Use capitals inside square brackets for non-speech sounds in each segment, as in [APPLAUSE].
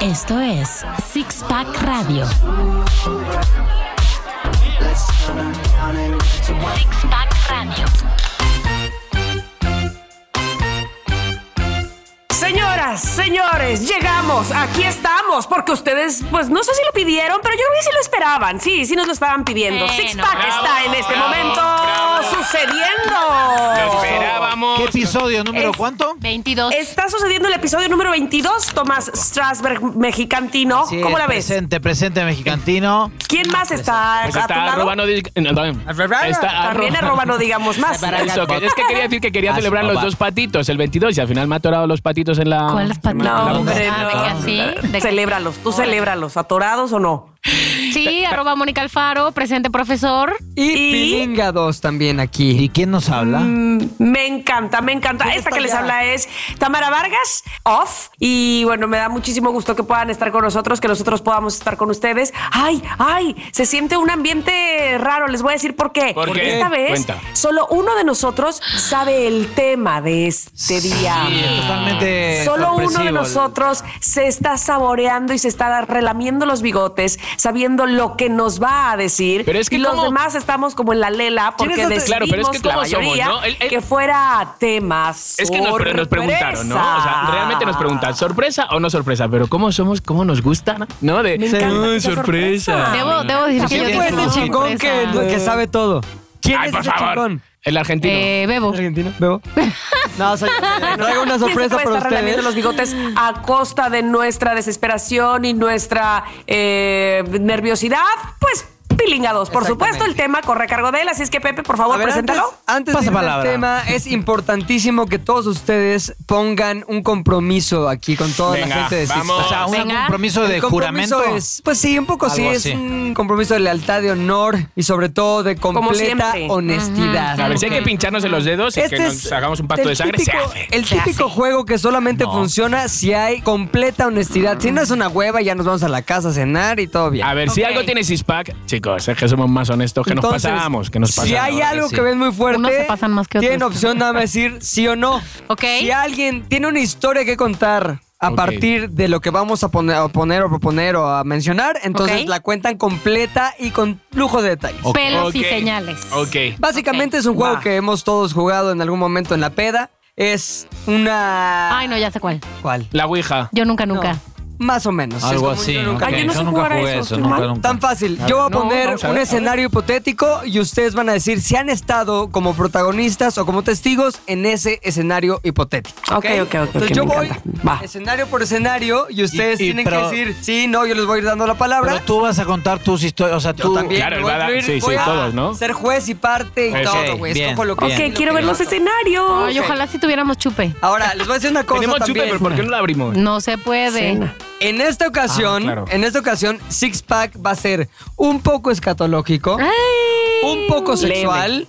Esto es Six Pack Radio. Six Pack Radio. Señoras, señores, llegamos, aquí estamos, porque ustedes, pues no sé si lo pidieron, pero yo creo que sí lo esperaban, sí, sí nos lo estaban pidiendo. Bueno. Six Pack Bravo, está en este bravo, momento bravo. Lo sucediendo. esperábamos. ¿Qué episodio? ¿Número Es- cuánto? 22. Está sucediendo el episodio número 22, Tomás Strasberg, mexicantino. Sí, ¿Cómo la ves? Presente, presente mexicantino. ¿Quién más está Pues a tu está lado? arroba no dig- no, [LAUGHS] perdón. Está También arroba- arroba no digamos más. Eso, que- es que quería decir que quería Ah, sí, celebrar los papá. dos patitos, el 22, y al final me ha atorado los patitos en la. ¿Cuáles patitos? No, hombre, Ah, de que no. así, de que- Celébralos, tú celébralos, atorados o no. Sí, arroba Mónica Alfaro, presente profesor. Y, Y- Pilinga 2 también aquí. ¿Y quién nos habla? Mm, Me encanta, me encanta. ¿Quién Esta está que les allá? habla es Tamara Vargas, off. Y bueno, me da muchísimo gusto que puedan estar con nosotros, que nosotros podamos estar con ustedes. Ay, ay, se siente un ambiente raro. Les voy a decir por qué. ¿Por Porque qué? esta vez Cuenta. solo uno de nosotros sabe el tema de este día. Sí, Ah, es totalmente. Solo uno de sorpresivo. nosotros se está saboreando y se está relamiendo los bigotes, sabiendo lo que nos va a decir. Pero es que y los cómo- demás estamos como en la lela porque ¿Quién es decidimos este- Claro, pero es que la cómo somos, mayoría ¿no? El- el- que fuera temas. Es que nos, pre- nos preguntaron, ¿no? O sea, realmente nos preguntan, ¿sorpresa o no sorpresa? Pero ¿cómo somos? ¿Cómo nos gusta? ¿No? De. Me encanta "Ay, esa sorpresa". Debo, debo decir Pues que yo ¿Quién ¿Quién fue fue tengo ese una ese chingón que, sorpresa. que sabe todo? ¿Quién Ay, es por ese favor. chingón? El argentino. Eh, Bebo. ¿Argentino? ¿Bebo? No, o sea, traigo una ¿Quién se sorpresa puede para estar relamiendo ustedes. los bigotes a costa de nuestra desesperación y nuestra eh, nerviosidad? Pues pilingados. Por supuesto, el tema corre a cargo de él. Así es que, Pepe, por A favor, ver, preséntalo. Antes, antes Pasa de irme al palabra. tema, es importantísimo que todos ustedes pongan un compromiso aquí con toda Venga, la gente de Six vamos. O sea, un Venga. compromiso de El compromiso juramento. es- pues sí, un poco sí, Algo es así. un compromiso de lealtad, de honor y sobre todo de completa siempre. honestidad. A ver, si hay que pincharnos en los dedos y que nos hagamos un pacto Este el de sangre, típico- se hace. El típico juego que solamente funciona si hay completa honestidad. Si no es una hueva, ya nos vamos a la casa a cenar y todo bien. A ver, si Ok. algo tiene Sixpack, chicos, es que somos más honestos, que Entonces, nos pasamos, que nos pasamos. Si hay algo sí. que ven muy fuerte, Unos se pasan más que tienen otros. opción nada más decir sí o no. [LAUGHS] Ok. Si alguien tiene una historia que contar a Ok. partir de lo que vamos a poner, a poner o proponer o a mencionar, entonces Ok. la cuentan completa y con lujo de detalles. Ok. Pelos y Ok. señales. Ok. Básicamente es un juego Va. que hemos todos jugado en algún momento en la peda. Es una... Ay, no, ya sé cuál. ¿Cuál? La Ouija. Yo nunca, nunca. Más o menos. Es Algo como así. yo nunca- ok. Ay, yo no sé nunca jugar a jugué eso, eso, estoy nunca, mal. nunca. Tan fácil. Yo voy a no, poner vamos a un ver, a escenario hipotético y ustedes van a decir si han estado como protagonistas o como testigos en ese escenario hipotético. Ok, ok, ok, ok, Entonces yo me voy encanta. Va. escenario por escenario y ustedes Y- y tienen pero- que decir sí, no, yo les voy a ir dando la Pero palabra. tú vas a contar tus historias. O sea, Yo tú. también Claro, me él voy va a a dar- sí, incluir, sí, voy a todos, ¿no? Ser juez y parte y Ok, todo, güey. bien, Escojo lo que Ok, Bien, quiero ver los escenarios. Ay, ojalá si tuviéramos chupe. Ahora, les voy a decir una cosa Tenemos chupe, también. pero ¿por qué no la abrimos? No se puede. Cena. En esta ocasión, Ah, claro. en esta ocasión, Six Pack va a ser un poco escatológico, Ah, un poco Leve. sexual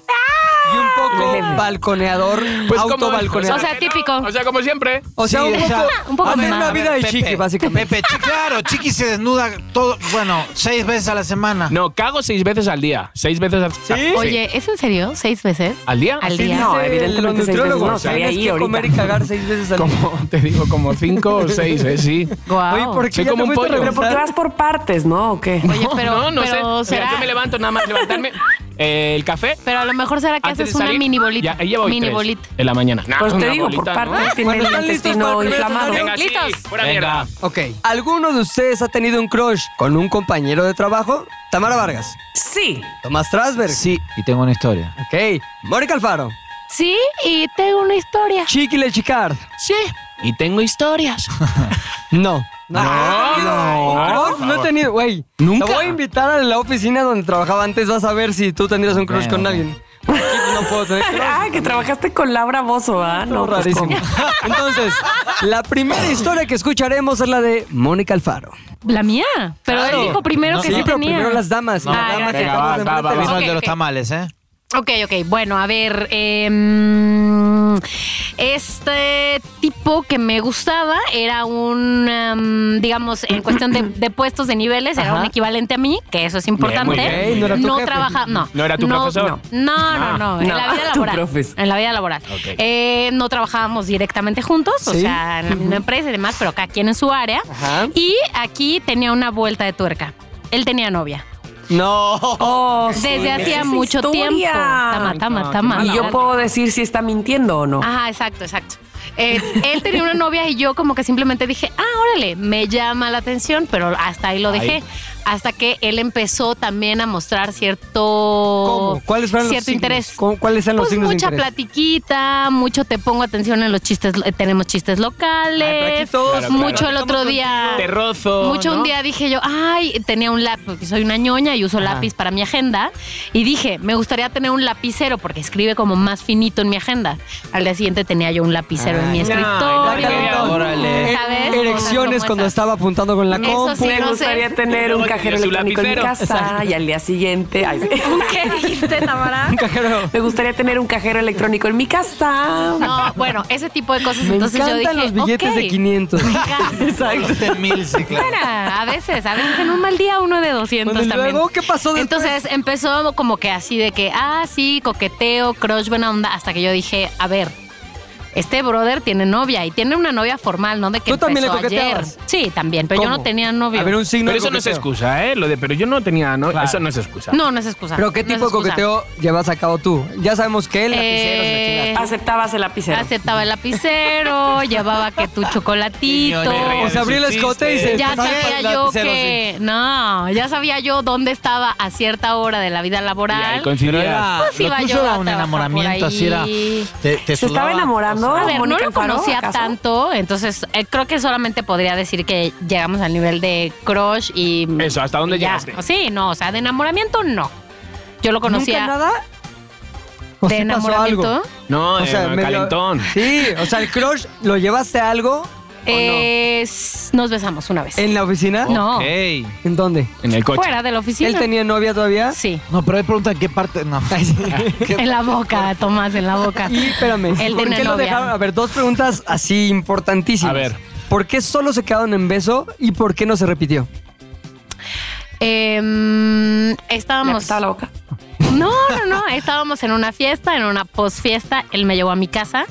y un poco Leve. balconeador, Pues como- autobalconeador. O sea, típico. O sea, como siempre. O sea, sí, o un poco, sea, un poco hacer más. una A ver, vida de Pepe, chiqui, básicamente. Pepe, chi- claro, Chiqui se desnuda todo, bueno, seis veces a la semana. No, cago seis veces al día. Seis veces al ¿Sí? Oye, ¿es en serio? ¿Seis veces? ¿Al día? Al Sí, día. No, Dice evidentemente los seis veces nutriólogos, no, estaría tienes ahí que ahorita. comer y cagar seis veces al día. Como [LAUGHS] te digo, como cinco o seis, ¿eh? Sí. Guau. Oye, ¿por qué Soy ya como te un fuiste a pollo. Pero porque regresar? vas por partes, ¿no? ¿O qué? Oye, pero, no, no sé. pero Mira, será. yo me levanto nada más levantarme. eh, el café. Pero a lo mejor será que antes haces de una salir. mini bolita. Ya, ahí llevo mini tres bolita. En la mañana. Nah, Pues te una digo, bolita, por partes ¿no? tiene Bueno, el ¿están listos para el intestino primer inflamado. escenario? Venga, sí, Listos. fuera Venga. mierda. Ok. ¿Alguno de ustedes ha tenido un crush con un compañero de trabajo? Tamara Vargas. Sí. Tomás Trasberg. Sí, y tengo una historia. Ok. Mónica Alfaro. Sí, y tengo una historia. Chiqui Lechicard. Sí. Y tengo historias. No. No, no. no, no he tenido, güey. Nunca. Te voy a invitar a la oficina donde trabajaba antes. Vas a ver si tú tendrías un crush Bueno, con bueno. alguien. No puedo tener crush. Ah, que trabajaste con Laura Bozo, ¿ah? No, No, pues, rarísimo. ¿cómo? [LAUGHS] Entonces, la primera historia que escucharemos es la de Mónica Alfaro. La mía. Pero él dijo primero No, que sí, sí pero tenía. primero las damas. No. las Ah, damas gracias. estamos Venga, va, enfrente va, de va, Vino Ok, el de los ok. tamales, ¿eh? Ok, ok. Bueno, a ver. em, este tipo que me gustaba era un, em, digamos, en cuestión de, de puestos, de niveles, era Ajá. un equivalente a mí, que eso es importante. bien, no era tu jefe. trabaja, no. ¿No era tu profesor? No, no, no. en No, la vida tu laboral. profes. En la vida laboral. Ok. Eh, no trabajábamos directamente juntos, o Sí. sea, en la misma empresa y demás, pero cada quien en su área. Ajá. Y aquí tenía una vuelta de tuerca. Él tenía novia. No. Desde Oh, esa hacía es mucho historia. tiempo. Tama, no, tama, qué tama. Y yo Tama. puedo decir si está mintiendo o no. Ajá, exacto, exacto. Eh, él tenía una novia y yo como que simplemente dije, ah, órale, me llama la atención, pero hasta ahí lo dejé. Ahí. Hasta que él empezó también a mostrar cierto... ¿Cómo? ¿Cuáles fueron los Oh, Cierto signos? interés. ¿Cómo- ¿Cuáles eran los Pues signos de mucha interés? platiquita, mucho te pongo atención en los chistes, eh, tenemos chistes locales, Ay, pero aquí todos Claro, mucho claro. el otro día, Te rozo. Ah. mucho ¿no? un día dije yo, ay, tenía un lápiz, porque soy una ñoña y uso lápiz para mi agenda, y dije, me gustaría tener un lapicero porque escribe como más finito en mi agenda. Al día siguiente tenía yo un lapicero en mi Ay, no, escritorio. no, no, órale. ¿sabes? Cosas Erecciones como cuando esas. estaba apuntando con la Eso [LAUGHS] compu. sí. Me no sé. gustaría tener Yo un no, cajero yo su electrónico en mi lapicero. casa y al día siguiente. ay, sí. [LAUGHS] [LAUGHS] ¿Qué dijiste, Tamara? Cajero. Me gustaría tener un cajero electrónico en mi casa. No, eh. bueno, ese tipo de cosas. Me Entonces yo encantan dije, los billetes "Ok, de [LAUGHS] 500. me encanta". Exacto. De mil, sí, claro. Mira, a veces, a veces en un mal día uno de 200 Bueno, ¿y también. Pues, luego qué pasó después? Entonces empezó como que así de que, ah, sí, coqueteo, crush, buena onda, hasta que yo dije, a ver, este brother tiene novia y tiene una novia formal, ¿no? De que ¿Tú también empezó le ayer. coqueteabas? Sí, también, pero yo ¿Cómo? no tenía novio. A ver, un signo Pero de eso no es coqueteo. excusa, ¿eh? Lo de, pero yo no tenía, ¿no? Claro. Eso no es excusa. No, no es excusa. ¿Pero qué no es tipo de excusa. coqueteo llevas a cabo tú? Ya sabemos que el lapicero se la Eh, chingada. Aceptabas el lapicero. Aceptaba el [LAUGHS] lapicero, llevaba que tu chocolatito. Me reía O sea, de abrí el su escote y chiste. se- ya Estaba sabía el yo lapicero, que no, ya sabía yo dónde estaba a cierta hora de la vida Y ahí laboral. Pero coincidía. era, Pues lo iba tuyo yo a era un trabajar enamoramiento por así era. ahí. te- te ¿Se estaba sudaba, enamorando? o a sea, ver, no Mónica lo Alfaro, conocía ¿acaso? tanto, entonces eh, creo que solamente podría decir que llegamos al nivel de crush y Eso, ¿hasta dónde y ya. llegaste? Sí, no, o sea, de enamoramiento no. Yo lo conocía ¿Nunca nada? ¿O de sí pasó enamoramiento. algo? No, O sea, eh, medio- calentón. Sí, o sea, el crush, ¿lo llevaste a algo Eh, s- nos besamos una vez. en la oficina? No. Ey. ¿En dónde? En el coche. Fuera de la oficina. ¿Él tenía novia todavía? Sí. No, pero ahí preguntan qué parte. [LAUGHS] No. ¿Qué- En la boca, Tomás, en la boca. [LAUGHS] Y espérame, Él ¿por tenía qué lo novia. dejaron? A ver, dos preguntas así importantísimas. A ver. ¿Por qué solo se quedaron en beso y por qué no se repitió? Em, ¿Le estábamos. apestaba la boca? No, no, no. Estábamos en una fiesta, en una posfiesta. Él me llevó a mi casa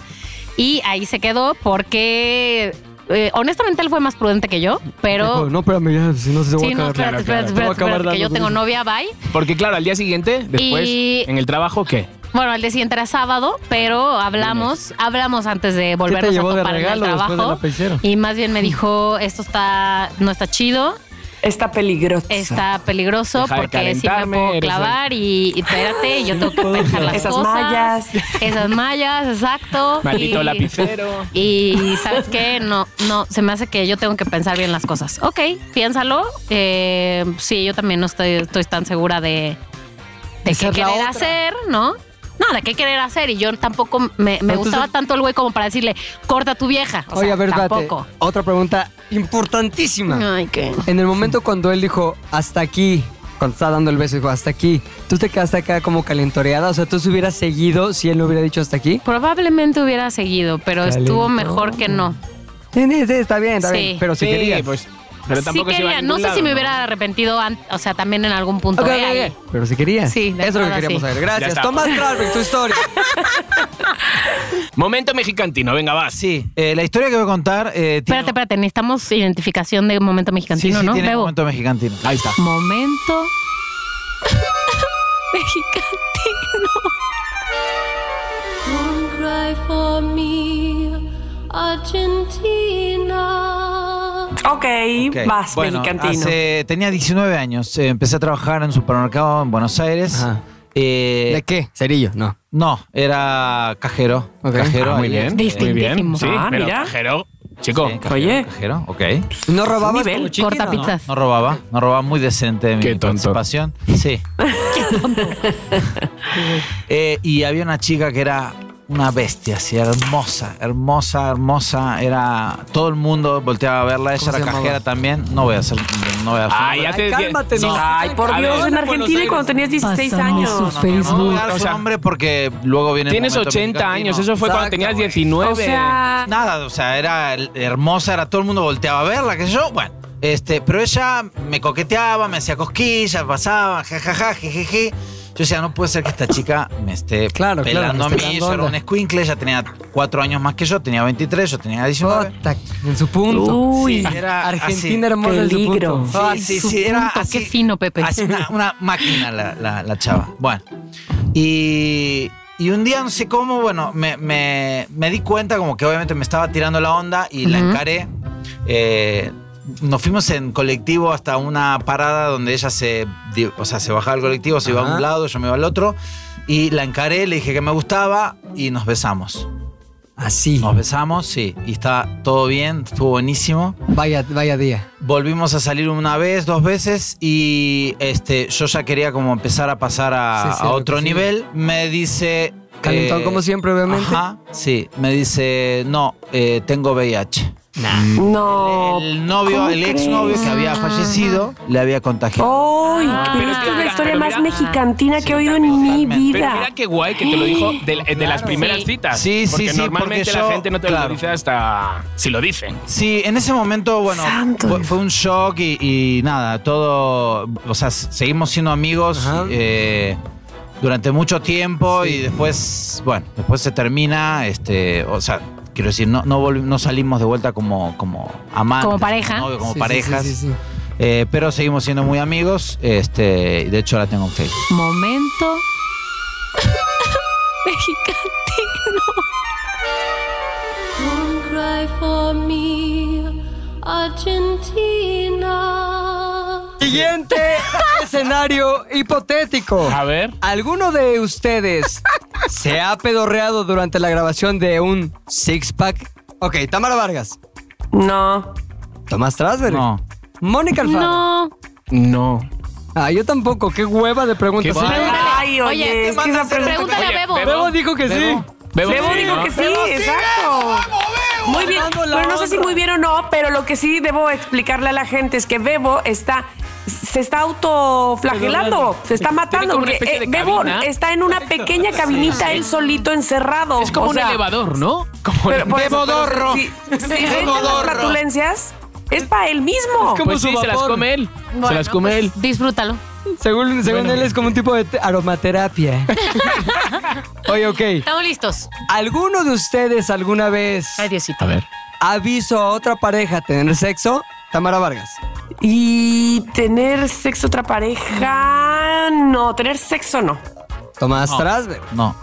y ahí se quedó porque. eh, honestamente, él fue más prudente que yo, pero. Dijo, no, espérame, ya, si no se va sí, a no, cagar. espérate, espérate, Se va a espérate, acabar espérate, que yo dando tengo duro. novia, bye. Porque claro, al día siguiente, después, Y- en el trabajo, ¿qué? Bueno, al día siguiente era sábado, pero hablamos, hablamos antes de volvernos llevó a de topar en el regalo después trabajo. del lapicero? y más bien me dijo, esto está, no está chido, Está peligrosa. está peligroso Deja de porque si me calentarme, puedo eres clavar y, y espérate, yo tengo que pensar las Esas cosas. mallas. Esas mallas, exacto. Maldito y, lapicero. Y sabes qué, no, no, se me hace que yo tengo que pensar bien las cosas. Ok, piénsalo. Eh, sí, yo también no estoy, estoy tan segura de, de De qué ser la querer otra. hacer, ¿no? No, de qué querer hacer. Y yo tampoco me, me Entonces- gustaba tanto el güey como para decirle, corta a tu vieja. O Oye, sea, a ver, espérate, tampoco. Otra pregunta importantísima. Ay, qué. En el momento cuando él dijo, hasta aquí, cuando estaba dando el beso, dijo, hasta aquí, ¿tú te quedaste acá como calentoreada? O sea, ¿tú se hubieras seguido si él no hubiera dicho hasta aquí? Probablemente hubiera seguido, pero estuvo Calentón. mejor que no. Sí, sí, sí, está bien, está Sí. bien. Pero si querías. pues. Pero sí tampoco se iba a quería, no ningún sé lado, si me hubiera arrepentido, an- o sea, también en algún punto. Ok, ¿eh? ok, ok. Ahí. Pero si querías. Sí, de Eso es lo que entrada, queríamos sí. saber. Ya Gracias. está. Tomás Tralberg, tu historia. Momento mexicantino, venga, vas. Sí, eh, la historia que voy a contar. eh, tiene- Espérate, espérate, necesitamos identificación de momento Sí, mexicantino, sí, ¿no? tiene Bebo. un momento mexicantino. Ahí está. [LAUGHS] Momento mexicantino. Don't cry for me, Argentina. Ok, Ok. vas, Bueno, mexicantino. hace- tenía 19 años. eh, empecé a trabajar en un supermercado en Buenos Aires. Ajá. Eh, ¿De qué? Cerillo, no. No, era cajero. Ok. Cajero. Ah, muy ahí bien. es. Muy bien. Distintísimo. Sí, Ah, pero mira. cajero, chico. Sí, cajero, Oye. Cajero, ok. ¿No robabas nivel. como chiqui, Corta no? pizzas. No robaba, no robaba muy decente de mi Qué tonto. participación. [LAUGHS] Sí. Eh, y había una chica que era una bestia así, hermosa, hermosa, hermosa. Era todo el mundo volteaba a verla. Ella ¿Cómo era se llamaba? cálmate también. No voy a hacer. No voy a hacer. Ay, ya te. cálmate, no. no. Ay, por A Dios, ver, en Buenos Argentina Aires. cuando tenías 16 Pásame años. sus No, no voy a dar o su sea, nombre porque luego viene. el Tienes momento 80 mexicano. años, eso fue cuando Exacto, tenías güey. 19. O sea, Nada, o sea, era el- hermosa, era todo el mundo volteaba a verla, qué sé yo. Bueno, este, pero ella me coqueteaba, me hacía cosquillas, pasaba, jajaja, jejeje. Yo decía, no puede ser que esta chica me esté Claro, claro, pelando me esté a mí. dando Yo era onda. un escuincle, ella tenía cuatro años más que yo, tenía 23, yo tenía 19. Ota, en su punto. Uh. uy. Sí, era Argentina así. hermosa en su Peligro. punto. Ah, Sí, sí, su sí, era punto, así. qué fino, Pepe. Así, una, una máquina la, la- la chava. Bueno, y, y un día, no sé cómo, bueno, me, me- me di cuenta como que obviamente me estaba tirando la onda y la Ujú. encaré. Eh, nos fuimos en colectivo hasta una parada donde ella se, di- o sea, se bajaba del colectivo, se iba a Ajá. un lado, yo me iba al otro. Y la encaré, le dije que me gustaba y nos besamos. Así. Nos besamos, sí. Y está todo bien, estuvo buenísimo. Vaya, vaya día. Volvimos a salir una vez, dos veces y este, yo ya quería como empezar a pasar a, Sí, sí, a lo otro que sí. nivel. Me dice... eh, Calentón como siempre, obviamente. Ajá, sí. Me dice, no, eh, tengo VIH. Oh, No. el novio, ¿cómo el crees? exnovio que había fallecido, le había contagiado. Ay, Ah, pero pero esta es la mira, historia pero más mira. mexicantina que he oído en mi Totalmente. Pero vida. mira qué guay que te lo dijo de, de las primeras Sí. citas. Sí, sí, porque sí, Normalmente porque la yo- gente no te claro. lo dice hasta si lo dicen. Sí, en ese momento, bueno, Santo fue, Dios. fue un shock y, y nada, todo, o sea, s- seguimos siendo amigos Ajá. eh, durante mucho tiempo Sí. y después, bueno, después se termina, este, o sea, quiero decir, no, no, volvi- no salimos de vuelta como, como amantes. Como pareja. Como, novio, como Sí, sí, parejas, sí, sí, sí. eh, pero seguimos siendo muy amigos, este, y de hecho la tengo en Facebook. Momento mexicano. Don't cry for me, Argentina. Siguiente [LAUGHS] escenario hipotético. A ver. ¿Alguno de ustedes se ha pedorreado durante la grabación de un six-pack? Ok, Tamara Vargas. No. Tomás Trasberg. No. Mónica Alfaro. No. No. Ah, yo tampoco. Qué hueva de preguntas. Qué Sí, Pregúntale. Ay, oye, Oye, es que esa pregunta- Pregúntale a Oye, Bebo. Bebo. Bebo dijo que sí. Bebo, Bebo sí, dijo ¿no? que sí, exacto. Muy bien. Dando la Bueno, no sé si honra. muy bien o no, pero lo que sí debo explicarle a la gente es que Bebo está se está autoflagelando, se está matando como porque una especie eh, de Bebo cabina. está en una pequeña cabinita él solito encerrado. Es como O un sea, elevador, ¿no? Como pero por eso, pero Bebodorro. Si, si Bebo ven las Dorro. flatulencias es para él mismo. [LAUGHS] como Pues su sí, se las vapor. come él. se Bueno, las come pues, él. Disfrútalo. Según, según él es como un tipo de te- aromaterapia. Oye, ok. Estamos listos. ¿Alguno de ustedes alguna vez Ay, Diosito. A ver. ha visto a otra pareja tener sexo? Tamara Vargas. Y tener sexo otra pareja, no, tener sexo no. Tomás No. Strasberg. No.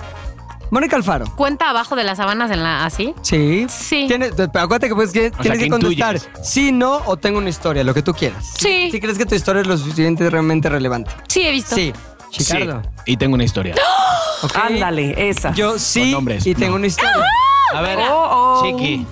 Mónica Alfaro. ¿Cuenta abajo de las sábanas en la así? Sí. Sí. Tienes- pero acuérdate que pues, que sea, tienes que que contestar intuyes. sí, no o tengo una historia, lo que tú quieras. Sí. Si crees que tu historia es lo suficiente realmente relevante. Sí, he visto. Sí. Sí. Chicardo. Y tengo una historia. ok. Ándale, esa. Yo sí Con nombres, y tengo no. una historia. A ver, Oh, oh. Chiqui.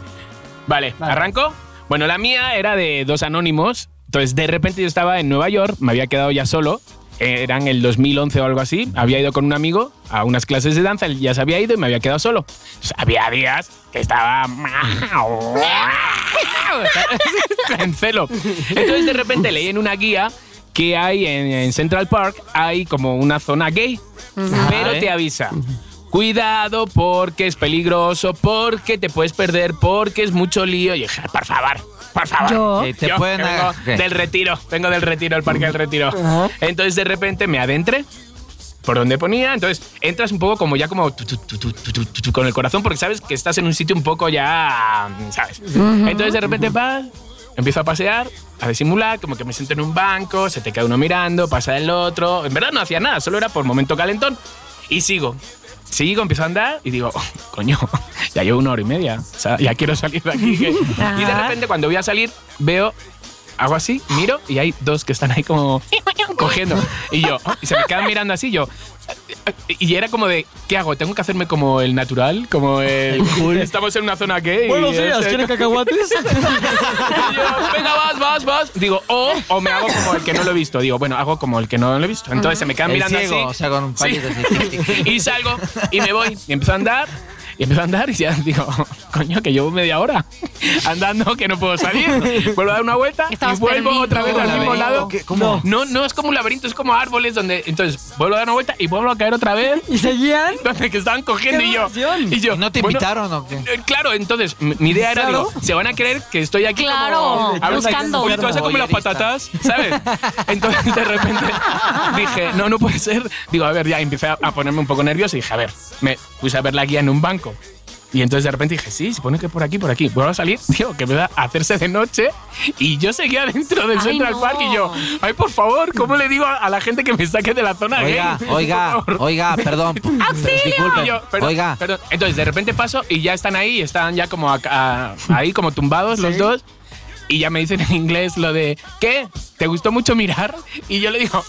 Vale, ¿arranco? Bueno, la mía era de dos anónimos. Entonces, de repente yo estaba en Nueva York, me había quedado ya solo. Eh, Eran el 2011 o algo así. Había ido con un amigo a unas clases de danza, él ya se había ido y me había quedado solo. Entonces, había días que estaba. [LAUGHS] en celo. Entonces, de repente leí en una guía que hay en, en Central Park, hay como una zona gay, pero te avisa. Cuidado porque es peligroso, porque te puedes perder, porque es mucho lío. Y dije, por favor, por favor. Yo. Sí, te Yo, pueden que vengo ag- ¿qué? del retiro, vengo del retiro, el parque del retiro. Ajá. Entonces de repente me adentré por donde ponía, entonces entras un poco como ya como tu, tu, tu, tu, tu, tu, tu, tu, con el corazón porque sabes que estás en un sitio un poco ya, ¿sabes? Entonces de repente vas, empiezo a pasear, a disimular, como que me siento en un banco, se te queda uno mirando, pasa el otro, en verdad no hacía nada, solo era por momento calentón y sigo. Sigo, empiezo a andar y digo, [LAUGHS] coño, ya llevo una hora y media, o sea, ya quiero salir de aquí. que-". y de Ajá. repente cuando voy a salir veo hago así, miro y hay dos que están ahí como cogiendo. Y yo, y se me quedan mirando así, yo. Y era como de, ¿qué hago? ¿Tengo que hacerme como el natural? Como el. [LAUGHS] Estamos en una zona gay. Buenos y días, este- [LAUGHS] ¿quieren cacahuates? y yo, venga, vas, vas, vas. Digo, o, o me hago como el que no lo he visto. Digo, bueno, hago como el que no lo he visto. Entonces se me quedan El mirando ciego, así. [LAUGHS] o sea, con un palito Sí. así. y salgo y me voy. Y empiezo a andar. Y empiezo a andar y ya digo, coño, que llevo media hora andando, que no puedo salir. Vuelvo a dar una vuelta Estabas y vuelvo perdido. otra vez al mismo Laberinto, lado. ¿qué? ¿Cómo? No, no es como un laberinto, es como árboles donde. Entonces, vuelvo a dar una vuelta y vuelvo a caer otra vez. ¿Y seguían? Donde que estaban cogiendo ¡Qué y yo. emoción! Y yo. ¿Y no te bueno, invitaron o qué? eh, Claro, entonces mi mi idea era, Claro. digo, se van a creer que estoy aquí Claro, como, a ver, buscando. Oye, tú haces como las Voyerista. patatas, ¿sabes? Entonces de repente dije, no, no puede ser. Digo, a ver, ya empecé a, a ponerme un poco nervioso y dije, a ver, me puse a ver la guía en un banco. Y entonces de repente dije, sí, se pone que por aquí, por aquí. Vuelvo a salir, [LAUGHS] tío, que empieza a hacerse de noche. Y yo seguía dentro del Ay, Central no. Park y yo, ay, por favor, ¿cómo le digo a, a la gente que me saque de la zona gay? Oiga, [LAUGHS] Por oiga, favor. oiga, perdón. Disculpe. Y yo, perdón, Oiga, perdón. Entonces, de repente paso y ya están ahí, están ya como acá- ahí, como tumbados los dos. Y ya me dicen en inglés lo de, ¿qué? ¿Te gustó mucho mirar? Y yo le digo,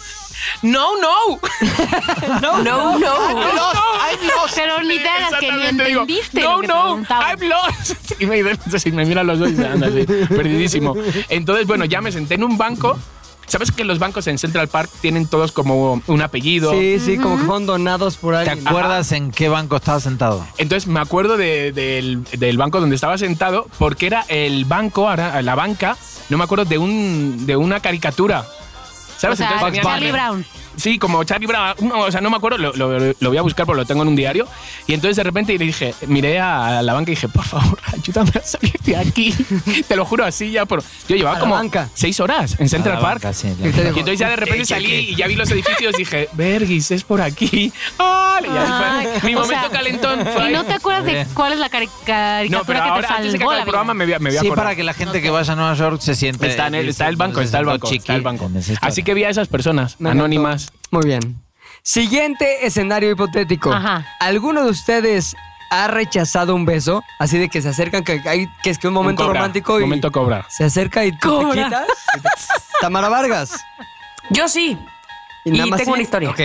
no, no. No, no, no. [LAUGHS] I'm lost, I'm lost. Pero ni te hagas que ni Exactamente, digo, entendiste lo No, que no, preguntaba. I'm lost. [LAUGHS] Y me dicen, entonces, y me miran los dos y se andan así, perdidísimo. Entonces, bueno, ya me senté en un banco. ¿Sabes que los bancos en Central Park tienen todos como un apellido? Sí, sí, como que fueron donados por ¿Te alguien. acuerdas en qué banco estaba sentado? Entonces me acuerdo de- del, del banco donde estaba sentado porque era el banco, ahora la banca, no me acuerdo de un de una caricatura. O ¿Sabes? sea, Entonces, Charlie tenía- Brown. Sí, como Charlie Brown. no, o sea, no me acuerdo, lo, lo- lo voy a buscar porque lo tengo en un diario. Y entonces de repente le dije, miré a la banca y dije, por favor, [LAUGHS] ayúdame a salir de aquí. [LAUGHS] Te lo juro, así ya por. Yo llevaba A la como banca. seis horas en Central A la Park. banca, sí, ya. Y te Y dijo, entonces ya de repente salí y ya vi los edificios y dije, Vergis, es por aquí. [LAUGHS] ¡Ole! Y ahí fue Ay, [LAUGHS] mi o momento sea, calentón. fue ¿Y ahí. no te acuerdas de Bien. cuál es la cari- caricatura No, pero que te ahora antes de que salvó acabe la vida? el programa me voy a, me voy a Sí, acordar. para que la gente que vaya a Nueva York se siente. Está, en el, está el banco, está el banco, está el banco. Así que vi a esas personas Me encantó. anónimas. Muy bien. Siguiente escenario hipotético. Ajá. ¿Alguno de ustedes ha rechazado un beso? Así de que se acercan, que, hay, que es que un momento cobra, romántico y. momento cobra. Se acerca y tú te Cobra. quitas. [LAUGHS] Tamara Vargas. Yo sí. Y tengo una historia. Ok.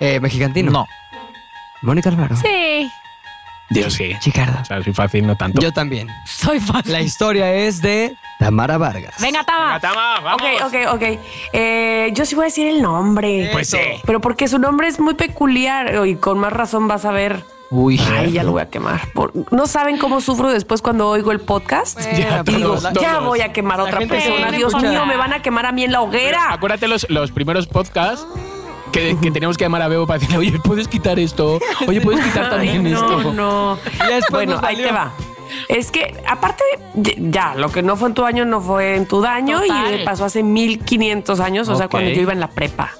Eh, Mexicantino. No. Mónica Alvaro. Sí, Dios, sí. Chicardo. O sea, soy fácil, no tanto. Yo también. soy fácil. La historia es de Tamara Vargas. Venga, Taba. Atama, vamos. Ok, ok, ok. Eh, yo sí voy a decir el nombre. Pues sí. Pero porque su nombre es muy peculiar oh, y con más razón vas a ver. Uy. Ay, ya lo voy a quemar. Por- no saben cómo sufro después cuando oigo el podcast. Ya, Y digo, todos, ya todos. voy a quemar a La otra gente persona. se- Dios No importa. mío, me van a quemar a mí en la Pero hoguera. acuérdate los, los primeros podcasts que, que teníamos que llamar a Bebo para decirle, oye, ¿puedes quitar esto? Oye, [LAUGHS] ¿puedes quitar Ay, también no, esto? no. Y después Bueno, nos ahí valió. te va. Es que, aparte, de- ya, lo que no fue en tu año no fue en tu daño Total. y pasó hace 1500 años, o sea, Ok. cuando yo iba en la prepa.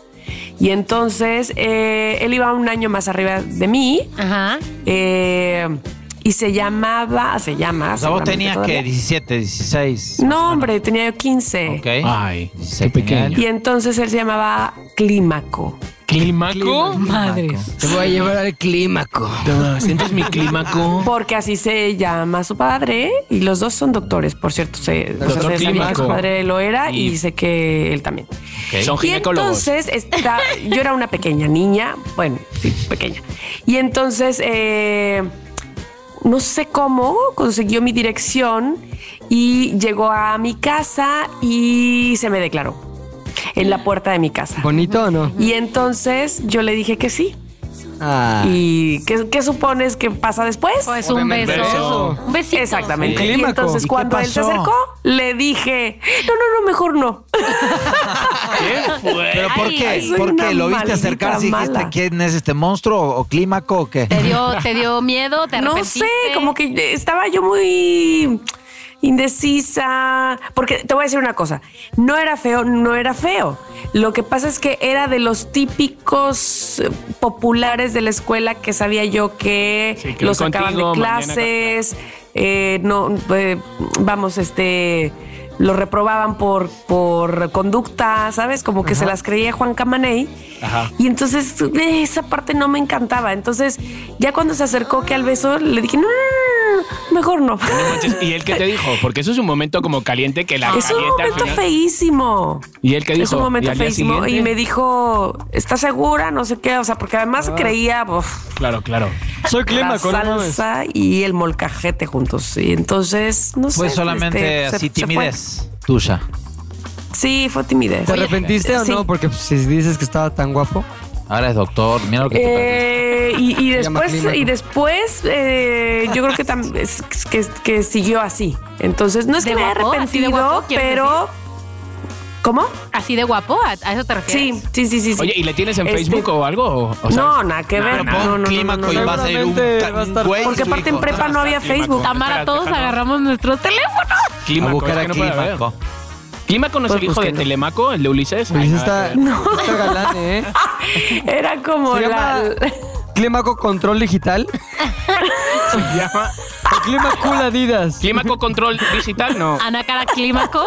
Y entonces, eh, él iba un año más arriba de mí Ajá. eh, y se llamaba, se llama. O sea, vos seguramente tenías que todavía. 17, 16. No, hombre, tenía yo 15. ¿Eh? Ok. Ay, qué Dieciséis pequeño. Y entonces él se llamaba Clímaco. ¿Clímaco? Madres. Te voy a llevar al clímaco. No, ¿Sientes mi clímaco? Porque así se llama su padre y los dos son doctores, por cierto. Se, o sea, Doctor se sabía que Clímaco. su padre lo era y, Y- sé que él también. Son Y ginecólogos. entonces está, yo era una pequeña niña, bueno, sí, pequeña. Y entonces eh, no sé cómo consiguió mi dirección y llegó a mi casa y se me declaró en la puerta de mi casa. ¿Bonito o no? Y entonces yo le dije que sí. Ah. ¿Y qué, qué supones que pasa después? Pues un Obviamente. beso. Beso. Un besito. Exactamente. Sí. Y Clímaco. entonces ¿Y qué cuando él se pasó? acercó, le dije, no, no, no, mejor no. ¿Qué fue? ¿Pero por Ay, qué? soy ¿Por una qué? ¿Lo viste maldita acercarse y dijiste mala. Eh, quién es este monstruo o o clímaco o qué? ¿Te dio, ¿Te dio miedo? ¿Te No sé, arrepentiste? como que estaba yo muy indecisa, porque te voy a decir una cosa, no era feo, no era feo. Lo que pasa es que era de los típicos eh, populares de la escuela que sabía yo que, Sí, que los hoy sacaban contigo, de mañana con- clases, eh, no, eh, vamos, este, lo reprobaban por, por conducta, ¿sabes? Como que se las creía Juan Camaney. Ajá. Y entonces eh, esa parte no me encantaba. Entonces, ya cuando se acercó que al beso, le dije, no, no, no, no, mejor no. No [LAUGHS] manches, ¿Y él qué te dijo? Porque eso es un momento como caliente que la es un calienta al momento final. feísimo. ¿Y él qué dijo? Es un ¿Y momento al día feísimo. siguiente? Y me dijo, ¿estás segura? No sé qué. O sea, porque además Ah. creía uf, Claro, claro. Soy la clímaco, no mames. salsa y el molcajete juntos. Y entonces, no sé. Fue solamente este, se- así se fue. timidez tuya. sí, fue timidez. ¿Te arrepentiste o Sí. no? Porque pues, si dices que estaba tan guapo. Ahora es doctor. Mira lo que te perdiste. Eh, y, y Se llama después, clímaco. y después eh, yo creo que, tam- es- que, que siguió así. Entonces, no es ¿De que me haya guapo? ¿Así de arrepentido, guapo quieres pero. ¿Cómo? Así de guapo, ¿a, a eso te refieres? Sí, sí, sí, sí. sí. Oye, ¿y le tienes en Este- Facebook o algo? O, o sabes? No, nada que ver. Pero pon No, no, no, clímaco no, y no. va a salir un, Seguramente ca- va a estar- un güey. Porque su aparte hijo. en prepa no había Clímaco. Facebook. Tamara, Espérate, todos déjanos. agarramos nuestros teléfonos. A Clímaco, buscar es a que no puede haber. Clímaco. Clímaco no es Pues el hijo de búsquenlo. Telemaco, el de Ulises. Pues Ay, no, está, [LAUGHS] está [LAUGHS] galán, ¿eh? Era como Se la. llama Clímaco Control Digital. se llama o Clímaco Cool Adidas. Clímaco Control Digital, no. Ana Cara Clímaco,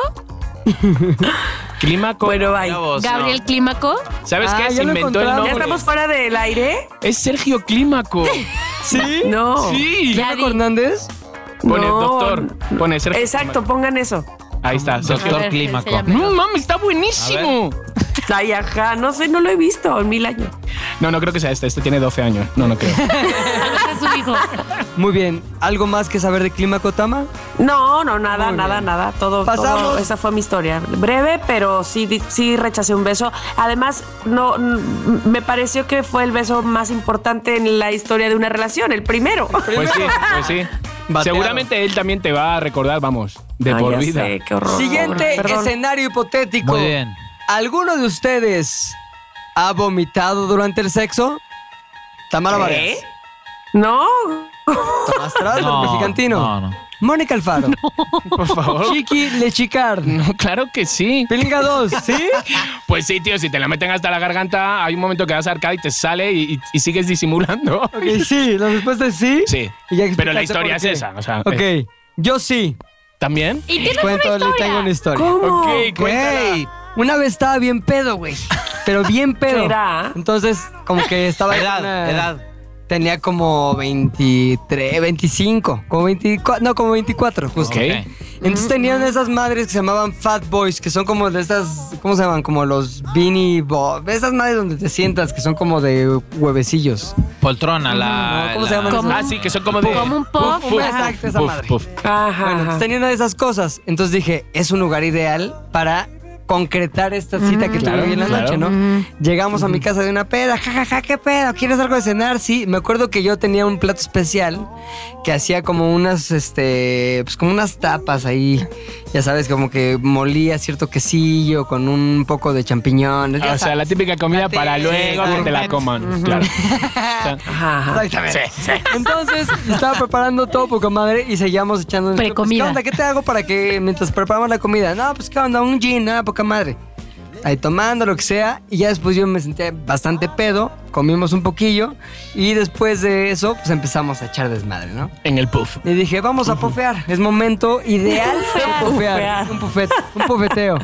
Clímaco. Bueno, bye. Mira vos, Gabriel no. Clímaco. ¿Sabes Ah, qué? ya Se lo inventó el encontramos. ¿Ya nombre. estamos fuera del aire? Es Sergio Clímaco. ¿Sí? No. Sí. Ya ¿Clímaco di. Hernández? Pone No. doctor. Pone Sergio. Exacto, pongan eso. Clímaco. Ahí está, Sergio. Doctor ver, Clímaco. se llama. No mames, está buenísimo. Ay, ajá, no sé, no lo he visto en mil años. No, no creo que sea este. Este tiene 12 años. No, no creo. Ese es su hijo. Muy bien. ¿Algo más que saber de Clímaco Tama? No, no, nada, nada, nada. Todo, Pasamos. todo- Esa fue mi historia. Breve, pero sí, di- sí rechacé un beso. Además, no, n- me pareció que fue el beso más importante en la historia de una relación, el primero. Pues sí, pues sí. Bateado. Seguramente él también te va a recordar, vamos, de Ay, por Ah, ya vida. sé, qué horror. Siguiente Perdón. escenario hipotético. Muy bien. ¿Alguno de ustedes ha vomitado durante el sexo? Tamara Vargas. No, Tomás Trasler, No, mexicantino. no, no. Mónica Alfaro. Por favor. Chiqui Lechicar. [LAUGHS] No, claro que sí. Pilinga 2, ¿sí? Pues sí, tío, si te la meten hasta la garganta, hay un momento que vas a arcada y te sale y, y- y sigues disimulando. [LAUGHS] Ok, sí, la respuesta es sí. Sí. Y ya Pero la explicaste historia por es qué. esa. O sea, eh, Ok, yo sí. ¿También? Y tienes Cuento, una le historia. tengo una historia. ¿cómo? Ok, cuéntala. Güey. Una vez estaba bien pedo, güey. Pero bien pedo. ¿Será? Entonces, como que estaba. en Edad, una- edad. Tenía como 23, 25. Como 24. No, como 24, justo. Ok. Entonces tenían esas madres que se llamaban Fat Boys, que son como de esas. ¿Cómo se llaman? Como los Beanie Bob. Esas madres donde te sientas, que son como de huevecillos. Poltrona, la. No, ¿cómo la- se llaman ¿Cómo? esas? Ah, sí, que son como de. Como un puff. Exacto, esa puff, madre. puff. Ajá, Bueno, ajá. pues tenía una de esas cosas. Entonces dije, es un lugar ideal para concretar esta cita que Claro, tuve hoy en la claro. noche, ¿no? Llegamos a mi casa de una peda, jajaja, qué pedo, ¿quieres algo de cenar? Sí, me acuerdo que yo tenía un plato especial que hacía como unas, este, pues como unas tapas ahí, ya sabes, como que molía cierto quesillo con un poco de champiñones. ya Ah, O sea, sabes. la típica comida para Sí, luego que te la exactamente. coman. Claro. ajá, ajá. Exactamente. Entonces, estaba preparando todo poca madre y seguíamos echando. nuestro- Precomida. Pues, ¿Qué onda? ¿Qué te hago para que mientras preparamos la comida? No, pues qué onda, un gin, nada, poca madre. Ahí tomando lo que sea. Y ya después yo me senté bastante pedo, comimos un poquillo. Y después de eso, pues empezamos a echar desmadre, ¿no? En el puff. Le dije, vamos a pofear. Es momento ideal para pofear. Pufear. Un pufet, un pufeteo.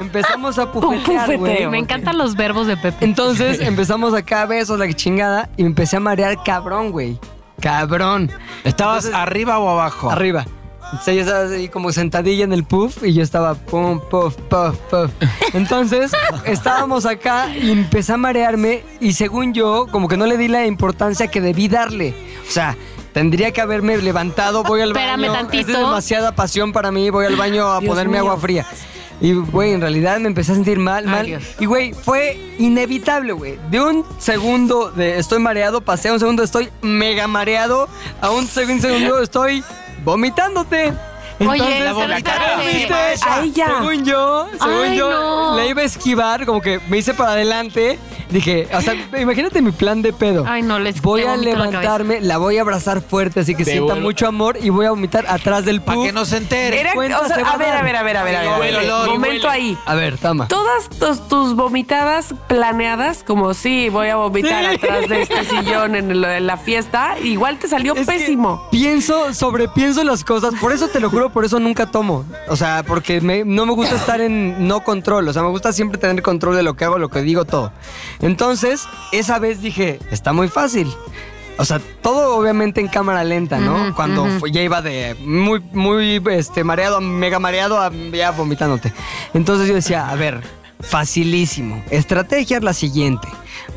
Empezamos a pufetear, pufeteo. güey. Me encantan los verbos de Pepe. Entonces empezamos acá a besos, la chingada, y me empecé a marear cabrón, güey. Cabrón. ¿Estabas arriba o abajo? Arriba. Entonces ella estaba ahí como sentadilla en el puff y yo estaba pum, puff, puff, puff. Entonces estábamos acá y empecé a marearme y según yo, como que no le di la importancia que debí darle. O sea, tendría que haberme levantado, voy al baño. este Espérame tantito. Es demasiada pasión para mí, voy al baño a Dios ponerme mío. agua fría. Y, güey, en realidad me empecé a sentir mal, Ay, mal. Dios. Y, güey, fue inevitable, güey. De un segundo de estoy mareado, pasé a un segundo de estoy mega mareado, a un segundo, segundo de estoy vomitándote. Oye, Entonces, pero la cara espérate. encima esa. Ahí ya. según yo, según Ay, yo, no. le iba a esquivar, como que me hice para adelante. Dije, o sea, imagínate mi plan de pedo. Ay, no, les Voy le a vomito la cabeza. levantarme, la, voy a abrazar fuerte, así que Te sienta vuelvo- mucho amor y voy a vomitar atrás del Para pub. que no se entere. Era- cuenta o sea, se va a a ver, dar. a ver, a ver, a ver, a ver, a ver. Huele, olor, Momento huele. ahí. A ver, tama. Todas tus, tus vomitadas planeadas, como sí, voy a vomitar Sí. atrás de [LAUGHS] este sillón en, lo- en la fiesta, igual te salió Es que pésimo. Pienso, sobrepienso las cosas. Por eso te lo juro, por eso nunca tomo. O sea, porque me- no me gusta estar en no control. O sea, me gusta siempre tener control de lo que hago, lo que digo, todo. Entonces, esa vez dije, está muy fácil. O sea, todo obviamente en cámara lenta, ¿no? Ujú, Cuando ujú. fue- ya iba de muy, muy este, mareado, a mega mareado, a ya vomitándote. Entonces yo decía, a ver, facilísimo. Estrategia es la siguiente.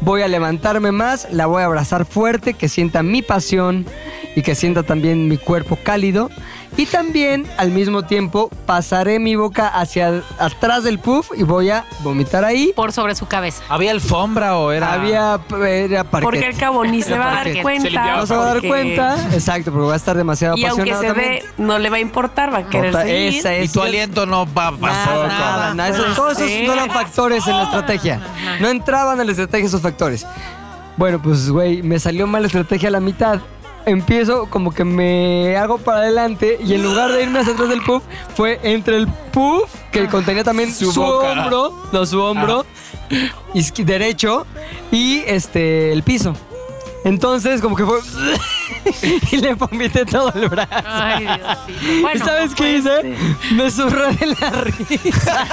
Voy a levantarme más, la voy a abrazar fuerte, que sienta mi pasión y que sienta también mi cuerpo cálido. Y también al mismo tiempo pasaré mi boca hacia atrás del puff y voy a vomitar ahí. por sobre su cabeza. ¿Había alfombra o era.? Había eh, era parquet. Porque el cabo ni se va a Porque dar se cuenta. limpiaba. no se va a dar porque- cuenta. Exacto, porque va a estar demasiado Y aunque apasionado se también. ve, no le va a importar, va a querer Ota- seguir. esa Y es tu aliento no va a Nada, pasar. nada, nada. Esos- Pues, todos esos sí. no eran factores en la estrategia. No entraban en la estrategia esos factores. Bueno, pues, güey, me salió mal la estrategia a la mitad. Empiezo como que me hago para adelante y en lugar de irme hacia atrás del puff, fue entre el puff, que contenía también Ah, su, Ah. Su boca. hombro, no, su hombro isqui- derecho y este el piso. Entonces, como que fue. [LAUGHS] y le vomité todo el brazo. Ay, Dios, sí. Bueno, ¿Y sabes no qué puede hice? ser. Me zurré de la risa.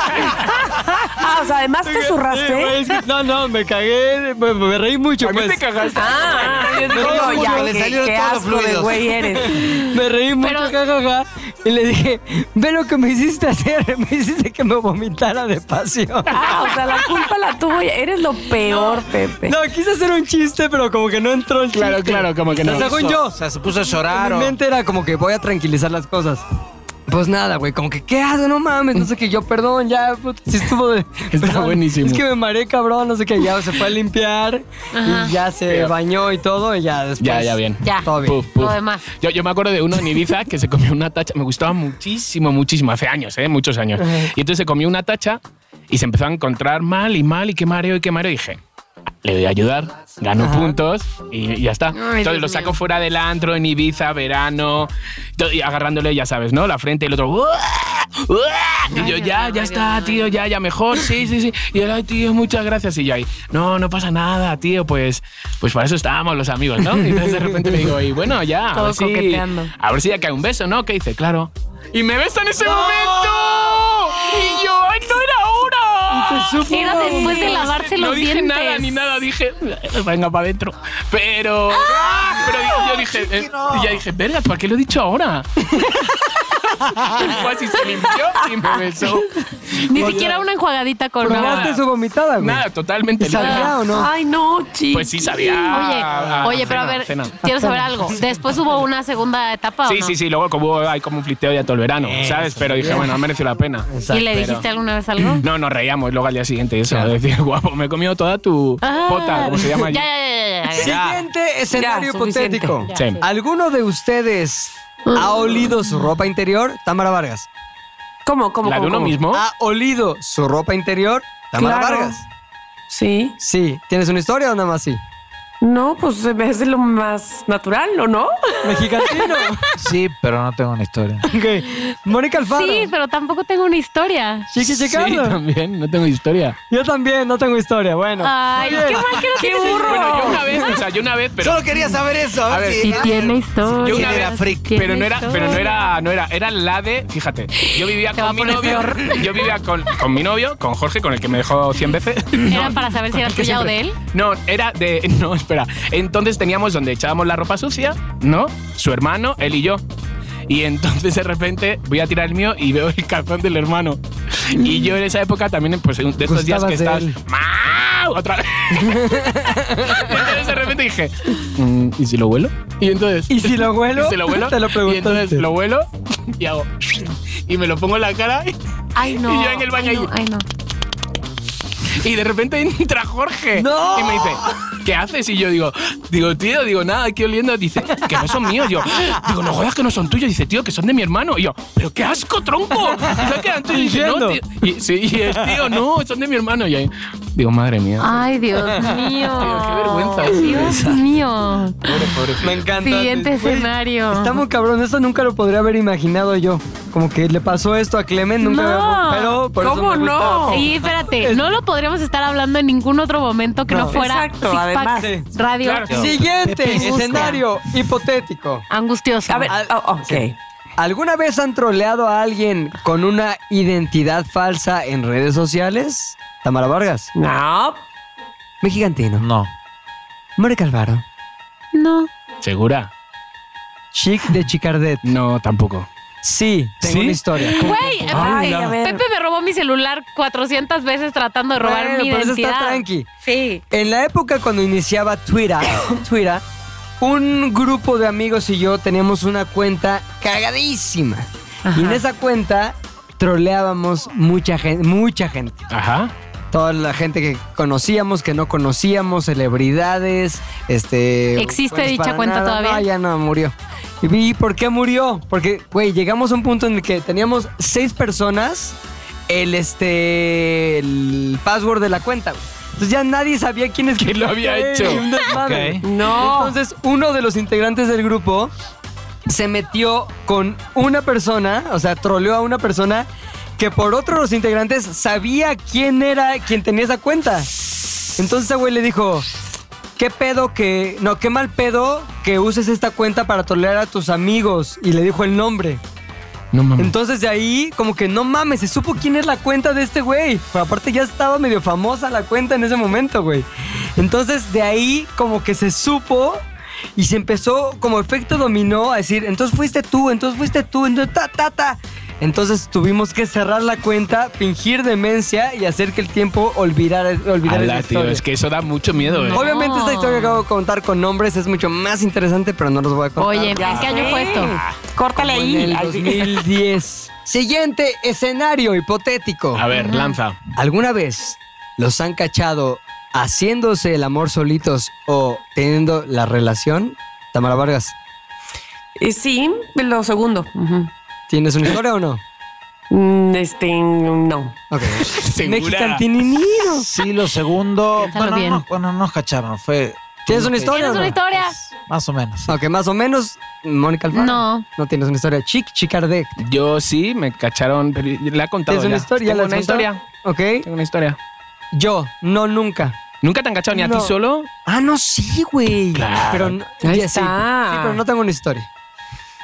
Ah, o sea, además te Sí, güey, zurraste. es que- no, no, me cagué, me, me reí mucho, A mí te pues. cagaste. Ah, yo digo, Pero no, ya, le qué, salieron qué todos los asco de fluidos. güey eres. Me reí mucho, Pero- jajaja. Y le dije, ve lo que me hiciste hacer, [LAUGHS] me hiciste que me vomitara de pasión. Ah, o sea, la culpa la tuvo. ella. Eres lo peor, Pepe. No, quise hacer un chiste, pero como que no entró el chiste. Claro, claro, como que O sea, no. según Hizo- yo, O sea, se puso a en llorar mi o. mente era como que voy a tranquilizar las cosas. Pues nada, güey, como que, ¿qué hago? No mames, no sé qué, yo, perdón, ya, puta, sí estuvo de... [LAUGHS] Está perdón, buenísimo. Es que me mareé, cabrón, no sé qué, ya se fue a limpiar, Ajá. y ya se Pero- bañó y todo, y ya después... Ya, ya, bien. Ya. Todo bien. Puf, puf. Lo demás. Yo, yo me acuerdo de uno en Ibiza que se comió una tacha. Me gustaba muchísimo, muchísimo. Hace años, ¿eh? Muchos años. Y entonces se comió una tacha y se empezó a encontrar mal y mal y qué mareo y qué mareo. Y dije, "Ah, le voy a ayudar. Ganó puntos y, y ya está. entonces Dios lo saco mío. fuera del antro en Ibiza, verano, to- y agarrándole, ya sabes, ¿no? La frente y el otro. "Uah, uah". Y yo, Ay, ya, ay, ya ay, está, ay. tío, ya, ya mejor, sí, sí, sí. Y él, ay, tío, muchas gracias. Y yo ahí, no, no pasa nada, tío, pues, pues para eso estábamos los amigos, ¿no? Y entonces de repente le digo, y bueno, ya, a Todo ver, si, coqueteando. a ver si ya cae un beso, ¿no? ¿Qué dice? Claro. Y me besa en ese momento. Y yo, ay, no era ahora. Era después de lavarse No los dije dientes. nada ni nada, dije, venga para adentro. Pero, ah, pero di- yo Ah, dije, eh, y ya dije, verga, ¿para qué lo he dicho ahora? [LAUGHS] Fue así, se limpió y me besó. pues, Ni siquiera una enjuagadita con agua. Probaste su vomitada, güey. Nada, totalmente. ¿Y sabía o no? Ay, no, chicos. Pues sí, sabía. Ah, Oye, oye, pero a Cena, ver, cena. quiero saber algo. Después hubo una segunda etapa. ¿o Sí, no? sí, sí, luego como hay como un fliteo ya todo el verano, ¿sabes? Pero dije, bueno, ha merecido la pena. ¿Y le dijiste alguna vez algo? No, nos reíamos luego al día siguiente, eso. Decir, [LAUGHS] guapo, me he comido toda tu Ah. pota, como se [LAUGHS] llama allí. Ya, ya, ya, ya, ya. Siguiente escenario Ya, suficiente. hipotético. Sí. Ah, ¿Alguno de ustedes ha olido su ropa interior? Tamara Vargas. ¿Cómo, cómo, ¿La de cómo, uno cómo? mismo? ¿Ha olido su ropa interior? Tamara Claro. Vargas. Sí. Sí. ¿Tienes una historia o nada más sí? No, pues se me hace lo más natural, ¿o no? Mexicantino. Sí, pero no tengo una historia. [LAUGHS] Ok. Mónica Alfaro. Sí, pero tampoco tengo una historia. Chiqui Sí, Chicardo. también, no tengo historia. Yo también, no tengo historia. Bueno. Ay, Muy bien. qué mal que no tienes Bueno, yo historia. una vez, o sea, yo una vez, pero. Solo quería saber eso. A A ver, ver, si- Sí tiene historia. Yo una vez era freak, Sí Pero no tiene era, pero no historia. era, no era, era la de, fíjate, yo vivía Se va a con mi poner novio, yo vivía con, con mi novio, con Jorge, con el que me dejó 100 veces. Era para saber si era Que tuya o siempre- de él. No, era de. [LAUGHS] No, espera. Entonces teníamos donde echábamos la ropa sucia, ¿no? Su hermano, él y yo. Y entonces de repente voy a tirar el mío y veo el calzón del hermano. Y yo en esa época también, pues de esos días que Gustabas estás. de ¡Mau! Otra [LAUGHS] vez. entonces de repente dije, "Mm, ¿y si lo vuelo? Y entonces. ¿Y si lo ¿Y huelo? si lo vuelo? [LAUGHS] Te lo y entonces preguntaste. lo vuelo y hago. [LAUGHS] Y me lo pongo en la cara Ay, no. Y yo en el baño Ay, ahí. no. Ay, no. Y de repente entra Jorge. ¡No! Y me dice, ¿qué haces? Y yo digo, digo, tío, digo, nada, aquí oliendo. Dice, que no son míos. Yo, digo, no jodas que no son tuyos. Dice, tío, que son de mi hermano. Y yo, pero qué asco, tronco. Y yo, "¿Qué eran tuyos?". Y dice, no, tío. Y, sí, y el tío, no, son de mi hermano. Y ahí, digo, madre mía. Ay, Dios mío. Dios, qué vergüenza. Dios mío. Pobre, pobre. Me encanta. Siguiente Güey, escenario. Está muy cabrón, eso nunca lo podría haber imaginado yo. Como que le pasó esto a Clemen, nunca No. había- Pero por eso ¿Cómo me gusta. no? Y espérate, no lo podríamos estar hablando en ningún otro momento que no, No. fuera Exacto, Six además. Pack Radio Claro. Siguiente Busca. escenario hipotético. Angustioso. A ver, Al- oh, ok. Ah, sí. ¿Alguna vez han troleado a alguien con una identidad falsa en redes sociales? Tamara Vargas. No, Mexicantino. No. Mónica Alvaro. No. ¿Segura? Chic de Chicardet. No, tampoco. Sí, tengo ¿Sí? una historia. Güey, ay, Ay, a ver. Pepe me robó mi celular 400 veces tratando de robar Bueno, mi pero eso identidad. está tranqui. Sí. En la época cuando iniciaba [COUGHS] Twitter, Twitter un grupo de amigos y yo teníamos una cuenta cagadísima. Ajá. Y en esa cuenta troleábamos mucha gente, mucha gente. Ajá. Toda la gente que conocíamos, que no conocíamos, celebridades, este... ¿Existe buenos dicha para cuenta nada. todavía? No, ya no, murió. ¿Y y por qué murió? Porque, güey, llegamos a un punto en el que teníamos seis personas el, este, el password de la cuenta. güey. Entonces ya nadie sabía quién es ¿Quién lo había Güey, hecho? un desmadre. Ok. No. Entonces, uno de los integrantes del grupo se metió con una persona, o sea, troleó a una persona que por otro de los integrantes sabía quién era quien tenía esa cuenta. Entonces, ese güey le dijo, ¿qué pedo que... No, qué mal pedo que uses esta cuenta para trolear a tus amigos. Y le dijo el nombre. No mames. Entonces de ahí, como que no mames, se supo quién es la cuenta de este güey. Pero aparte ya estaba medio famosa la cuenta en ese momento, güey. Entonces de ahí, como que se supo y se empezó, como efecto dominó, a decir, entonces fuiste tú, entonces fuiste tú, entonces ta, ta, ta. Entonces tuvimos que cerrar la cuenta, fingir demencia y hacer que el tiempo olvidara, olvidara esa Ala, tío, historia. es que eso da mucho miedo, eh. No. Obviamente esta historia que acabo de contar con nombres es mucho más interesante, pero no los voy a contar. Oye, ¿en qué año fue esto? Córtale Como en ahí. el Ay, sí. 2010. [LAUGHS] Siguiente escenario hipotético. A ver, lanza. ¿Alguna vez los han cachado haciéndose el amor solitos o teniendo la relación? Tamara Vargas, Eh, Sí, lo segundo. Ujú. ¿tienes una historia [LAUGHS] o no? Mm, Este, no. Ok. ¿Segura? Mexican Tininino. Sí, lo segundo. Piénsalo Bueno, bien. no, bueno, no nos cacharon, fue. ¿Tienes una ¿Tienes historia? o no? una historia? Más o menos. Ok, más o menos, Mónica Alfaro. No. No tienes una historia. Chic, Chicardec. Yo sí, me cacharon. pero Le ha contado ¿Tienes ya. una historia? Tengo ¿Ya la una has contado? historia. Ok. Tengo una historia. Yo, no nunca. ¿Nunca te han cachado ni a No. ti solo? Ah, no, sí, güey. Claro. Pero no- Ahí ya sí. está. Sí, pero no tengo una historia.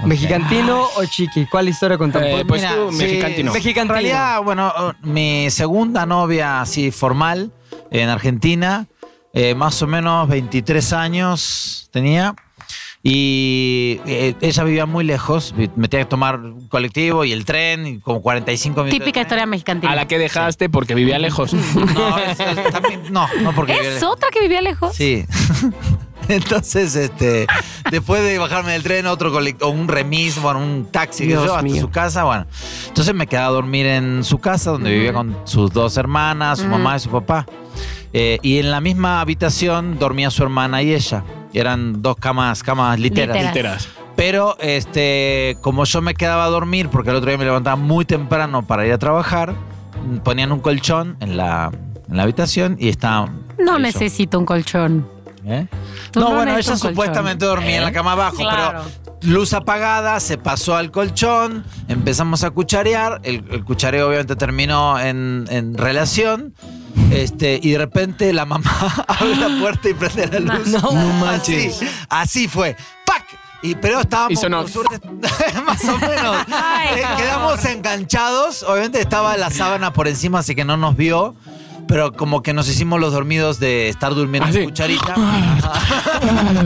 ¿Mexicantino o chiqui? ¿Cuál historia contamos? Eh, pues tú, sí, mexicantino. Mexicantino. En realidad, bueno, eh, mi segunda novia así formal en Argentina, eh, más o menos 23 años tenía. Y eh, ella vivía muy lejos, vi- me tenía que tomar un colectivo y el tren, y como 45 minutos. de Típica tren. historia A mexicantina. la que dejaste porque vivía lejos. No, es- es- también- no, no porque [LAUGHS] vivía ¿Es lejos. otra que vivía lejos? Sí. [LAUGHS] Entonces, este, después de bajarme del tren, otro colect- o un remis, bueno, un taxi que Dios yo, hasta mío. su casa, bueno. Entonces me quedaba a dormir en su casa, donde vivía con sus dos hermanas, su mamá y su papá. Eh, y en la misma habitación dormía su hermana y ella. Eran dos camas, camas literas. Literas. Enteras. Pero este, como yo me quedaba a dormir, porque el otro día me levantaba muy temprano para ir a trabajar, ponían un colchón en la, en la habitación y estaba. No ahí yo. necesito un colchón. ¿Eh? Tú No, no bueno, eres ella un colchón. supuestamente dormía en la cama abajo, Claro. pero luz apagada, se pasó al colchón, empezamos a cucharear, el, el cuchareo obviamente terminó en, en relación, este, y de repente la mamá [LAUGHS] abre la puerta y prende la luz. No manches. Así, así fue. ¡Pac! Y, pero estábamos Y sonó. por suerte, [LAUGHS] más o menos. Ay, Eh, no. quedamos enganchados. Obviamente estaba la sábana por encima, así que no nos vio. Pero como que nos hicimos los dormidos de estar durmiendo Ah, en sí. [LAUGHS] cucharita.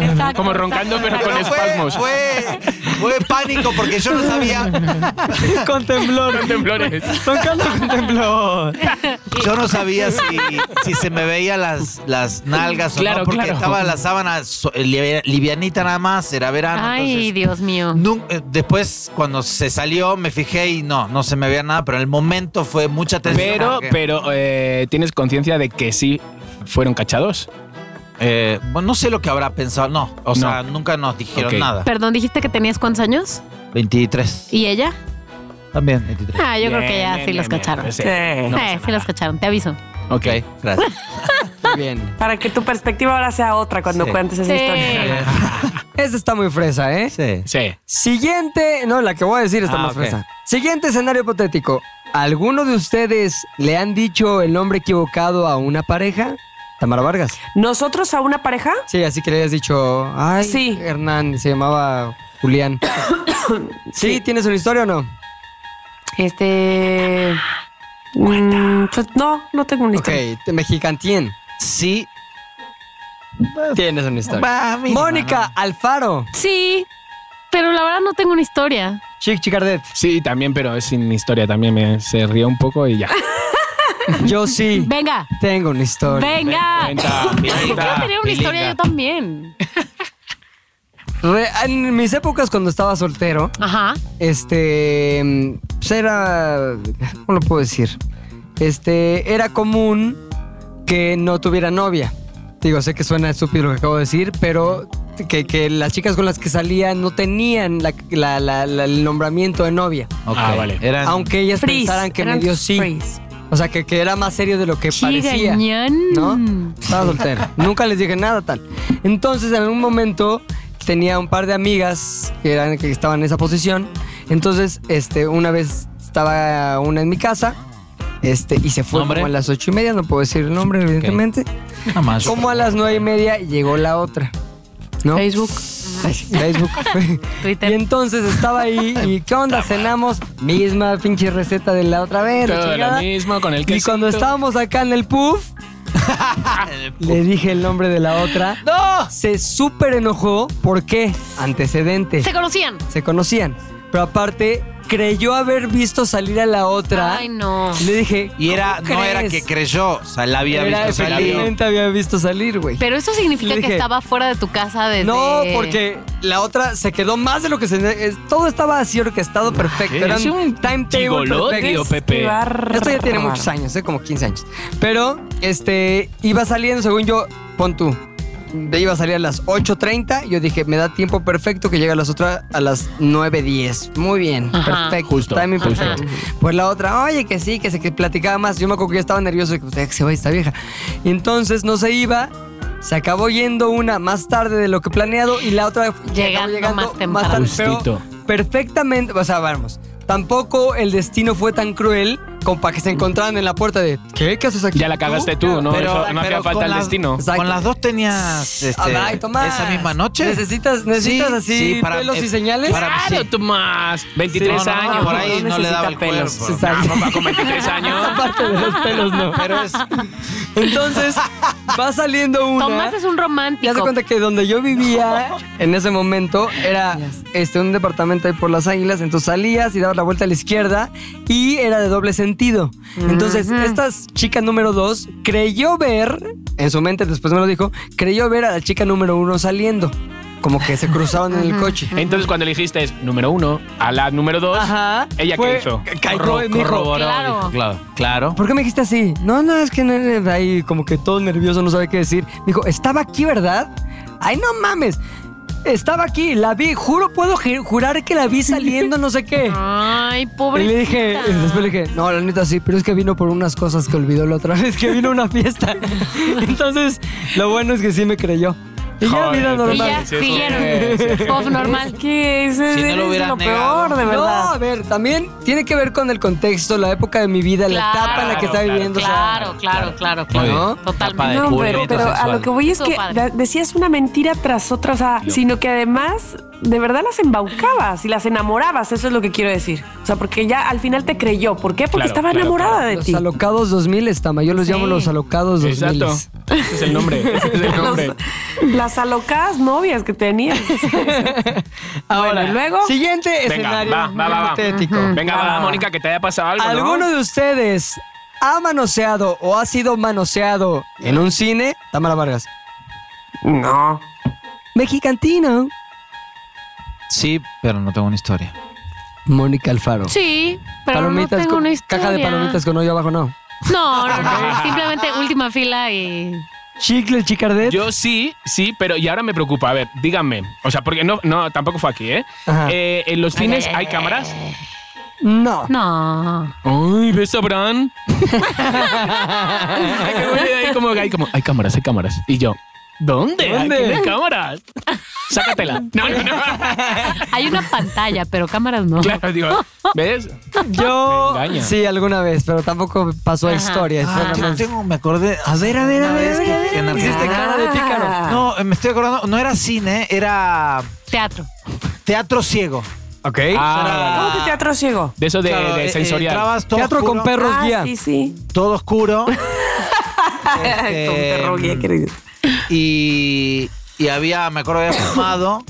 Exacto, Como roncando, exacto, pero con exacto. fue, espasmos. Fue, fue pánico porque yo no sabía, Con temblor. Con temblores. Tocando con temblor. yo no sabía si, si se me veían las, las nalgas o Claro, no, porque claro. estaba la sábana so- livia- livianita nada más, era verano. Ay, Ah, entonces, Dios mío. nun- eh, después, cuando se salió, me fijé y no, no se me veía nada, pero en el momento fue mucha tensión. Pero, porque- pero, eh, ¿tienes conciencia de que sí fueron cachados? Eh, bueno, no sé lo que habrá pensado, no. O sea, nunca nos dijeron Ok. nada. Perdón, dijiste que tenías cuántos años? 23. ¿Y ella? También 23. Ah, yo creo que Bien, ya bien, sí bien, los bien. Pues cacharon. Sí. Sí. No Eh, pasa sí los nada. cacharon, te aviso. Ok, gracias. [LAUGHS] Muy bien. Para que tu perspectiva ahora sea otra cuando Sí. cuentes esa Sí. historia. Esta está muy fresa, ¿eh? Eh, Sí. Sí. Siguiente. No, la que voy a decir está Ah, más ok. fresa. Siguiente escenario hipotético. ¿Alguno de ustedes le han dicho el nombre equivocado a una pareja? Tamara Vargas. ¿Nosotros a una pareja? Sí, así que le hayas dicho. Ay, Sí. Hernán, se llamaba Julián. sí, ¿tienes una historia o no? Este. mm, pues, no, no tengo una Ok, historia. te- Mexicantien. Sí. Tienes una historia. Va, mira, Mónica Alfaro. Sí, pero la verdad no tengo una historia. Chic Chicardet. Sí, también, pero es sin historia. También me, se rió un poco y ya. Yo sí Venga, tengo una historia. venga. [LAUGHS] Cuenta, Quiero cuenta. tener una historia yo también. Re- en mis épocas cuando estaba soltero, Ajá. este, mm, pues era, ¿cómo lo puedo decir? Este, era común que no tuviera novia. Digo, sé que suena estúpido lo que acabo de decir, pero que, que las chicas con las que salía no tenían la- la- la- la- el nombramiento de novia. Ok, Ah, vale. eran- Aunque ellas Freeze, pensaran que eran me dio sí. freeze. O sea, que, que era más serio de lo que parecía. Chigañán. ¿no? [LAUGHS] Estaba soltera. Nunca les dije nada tal. Entonces, en algún momento tenía un par de amigas que, eran, que estaban en esa posición. Entonces, este, una vez estaba una en mi casa. Este, y se fue ¿Nombre? como a las ocho y media, no puedo decir el nombre, evidentemente. Nada más. Como a las nueve y media llegó la otra. ¿No? Facebook. Facebook. Twitter. Y entonces estaba ahí y ¿qué onda? Cenamos misma pinche receta de la otra vez. la Todo lo chingada. mismo con el que. Y cuando estábamos acá en el puff, le dije el nombre de la otra. ¡No! Se súper enojó. ¿Por qué? Antecedente. Se conocían. Se conocían. Pero aparte, creyó haber visto salir a la otra. Ay, no. Y Le dije. Y era, "¿Cómo no era crees?". que creyó, o sea, la había Era, visto salir. efectivamente había visto salir, güey. Pero eso significa Le que dije- estaba fuera de tu casa desde. No, porque la otra se quedó más de lo que se. es- todo estaba así orquestado perfecto. Era Es un un timetable gigoló, tío perfecto. Este Pepe. Esto ya tiene muchos años, ¿eh? como 15 años. Pero, este, iba saliendo, según yo, pon tú. de- Iba a salir a las 8.30. Yo dije, me da tiempo perfecto que llegue a las otras a las 9.10. Muy bien, Ajá. perfecto. Justo, Timing justo. perfecto. Pues la otra, oye, que sí, que se que platicaba más. Yo me acuerdo que yo estaba nervioso de que, "Puta, que se vaya esta vieja. Y entonces no se iba. Se acabó yendo una más tarde de lo que planeado y la otra acabó Llegando más temprano. tarde, pero Justito. perfectamente, o sea, vamos, tampoco el destino fue tan cruel como para que se encontraran en la puerta de ¿qué? ¿Qué haces aquí? Ya la cagaste [LAUGHS] tú, ¿no? Pero- Eso no hacía pero con falta el las- destino. Exacto. Con las dos tenías este, Ah, ay, Tomás. esa misma noche. ¿Necesitas- necesitas así pelos y señales? Claro, eh, sí. Tomás. 23 No, no, años. Por ahí No no, le daba el necesita pelos. cuerpo. Exacto. Ah, papá, con 23 años. Esa parte de los pelos Pero no. [LAUGHS] es Entonces, va saliendo una. Tomás es un romántico. Ya se cuenta que donde [LAUGHS] yo vivía en ese momento era este, un departamento ahí por las águilas, entonces salías y dabas la vuelta a la izquierda y era de doble sentido. Entonces, esta chica número dos creyó ver, en su mente después me lo dijo, creyó ver a la chica número uno saliendo, como que se cruzaban en el coche. Entonces, cuando elegiste es número uno a la número dos, Ajá. ¿ella qué Fue- hizo? Cayó y me dijo, Claro. dijo, claro. Claro. ¿Por qué me dijiste así? No, no, es que no, no, ahí como que todo nervioso, no sabe qué decir. Me dijo, estaba aquí, ¿verdad? Ay, no mames. Estaba aquí, la vi, juro, puedo ju- jurar que la vi saliendo, no [LAUGHS] sé qué. Ay, pobre. Y le dije, y después le dije, no, la neta sí, pero es que vino por unas cosas que olvidó la otra [LAUGHS] vez, que vino a una fiesta. Entonces, lo bueno es que sí me creyó. Y ya Joder, vida Y ya Sí, normal. sí, sí. [LAUGHS] siguieron. Pop normal. Es que ese Si no lo ese es hubieran lo negado. peor, de No, verdad. a ver, también tiene que ver con el contexto, la época de mi vida, la Claro, etapa en la que estaba claro, viviendo. o sea, Claro, claro, claro, Muy bien. claro. Tapa de Totalmente. No, culo, pero, reto pero a lo sexual. que voy es Estuvo que padre. da- decías una mentira tras otra, o sea, sino que además de verdad las embaucabas y las enamorabas, eso es lo que quiero decir. O sea, porque ya al final te creyó. ¿Por qué? Porque Claro, estaba claro, enamorada de Los ti. alocados 2000, Estama. Yo los Sí. llamo los alocados 2000. Exacto. Ese es el nombre. [LAUGHS] Ese es el nombre. Los- las alocadas novias que tenías. Ahora, Bueno, ¿y luego? siguiente Venga, escenario va, va, va. va. hipotético. Venga, va, Mónica, que te haya pasado algo. ¿no? Ah. ¿Alguno de ustedes ha manoseado o ha sido manoseado en un cine? Tamara Vargas. No. Mexicantino. Sí, pero no tengo una historia. Mónica Alfaro. Sí, pero Palomitas no tengo con- una historia. Caja de palomitas con hoyo abajo, no. No, no, [LAUGHS] no. Simplemente última fila y. Chicle, chicardet. Yo sí, sí, pero y ahora me preocupa. A ver, díganme. O sea, porque no, no tampoco fue aquí, ¿eh? Ajá. Eh, en los cines hay cámaras. No. No. Ay, ¿ves sabrán? [LAUGHS] Ay, qué buena idea. Ahí como, ahí como, hay cámaras, hay cámaras. Y yo, ¿dónde? ¿Dónde? Aquí no hay cámaras? Sácatela. No, no, [LAUGHS] no. Hay una pantalla, pero cámaras no. Claro, digo, ¿ves? Yo. Me engaña. [LAUGHS] Sí, alguna vez, pero tampoco pasó a Ajá. historia. Ah, fue yo nada más. tengo, me acordé. A ver, a ver, a Una ver. vez es que- que en Hiciste Argentina- cara de Ah. pícaro. No, eh, me estoy acordando. No era cine, era Teatro. teatro ciego. Ok. Ah, ¿Cómo que teatro ciego? de eso de, Claro, de eh, eh, sensorial. entrabas todo Teatro oscuro, con perros ah, guía. sí, sí. Todo oscuro. Este, Con perro guía, querido. y, y había, me acuerdo, había fumado.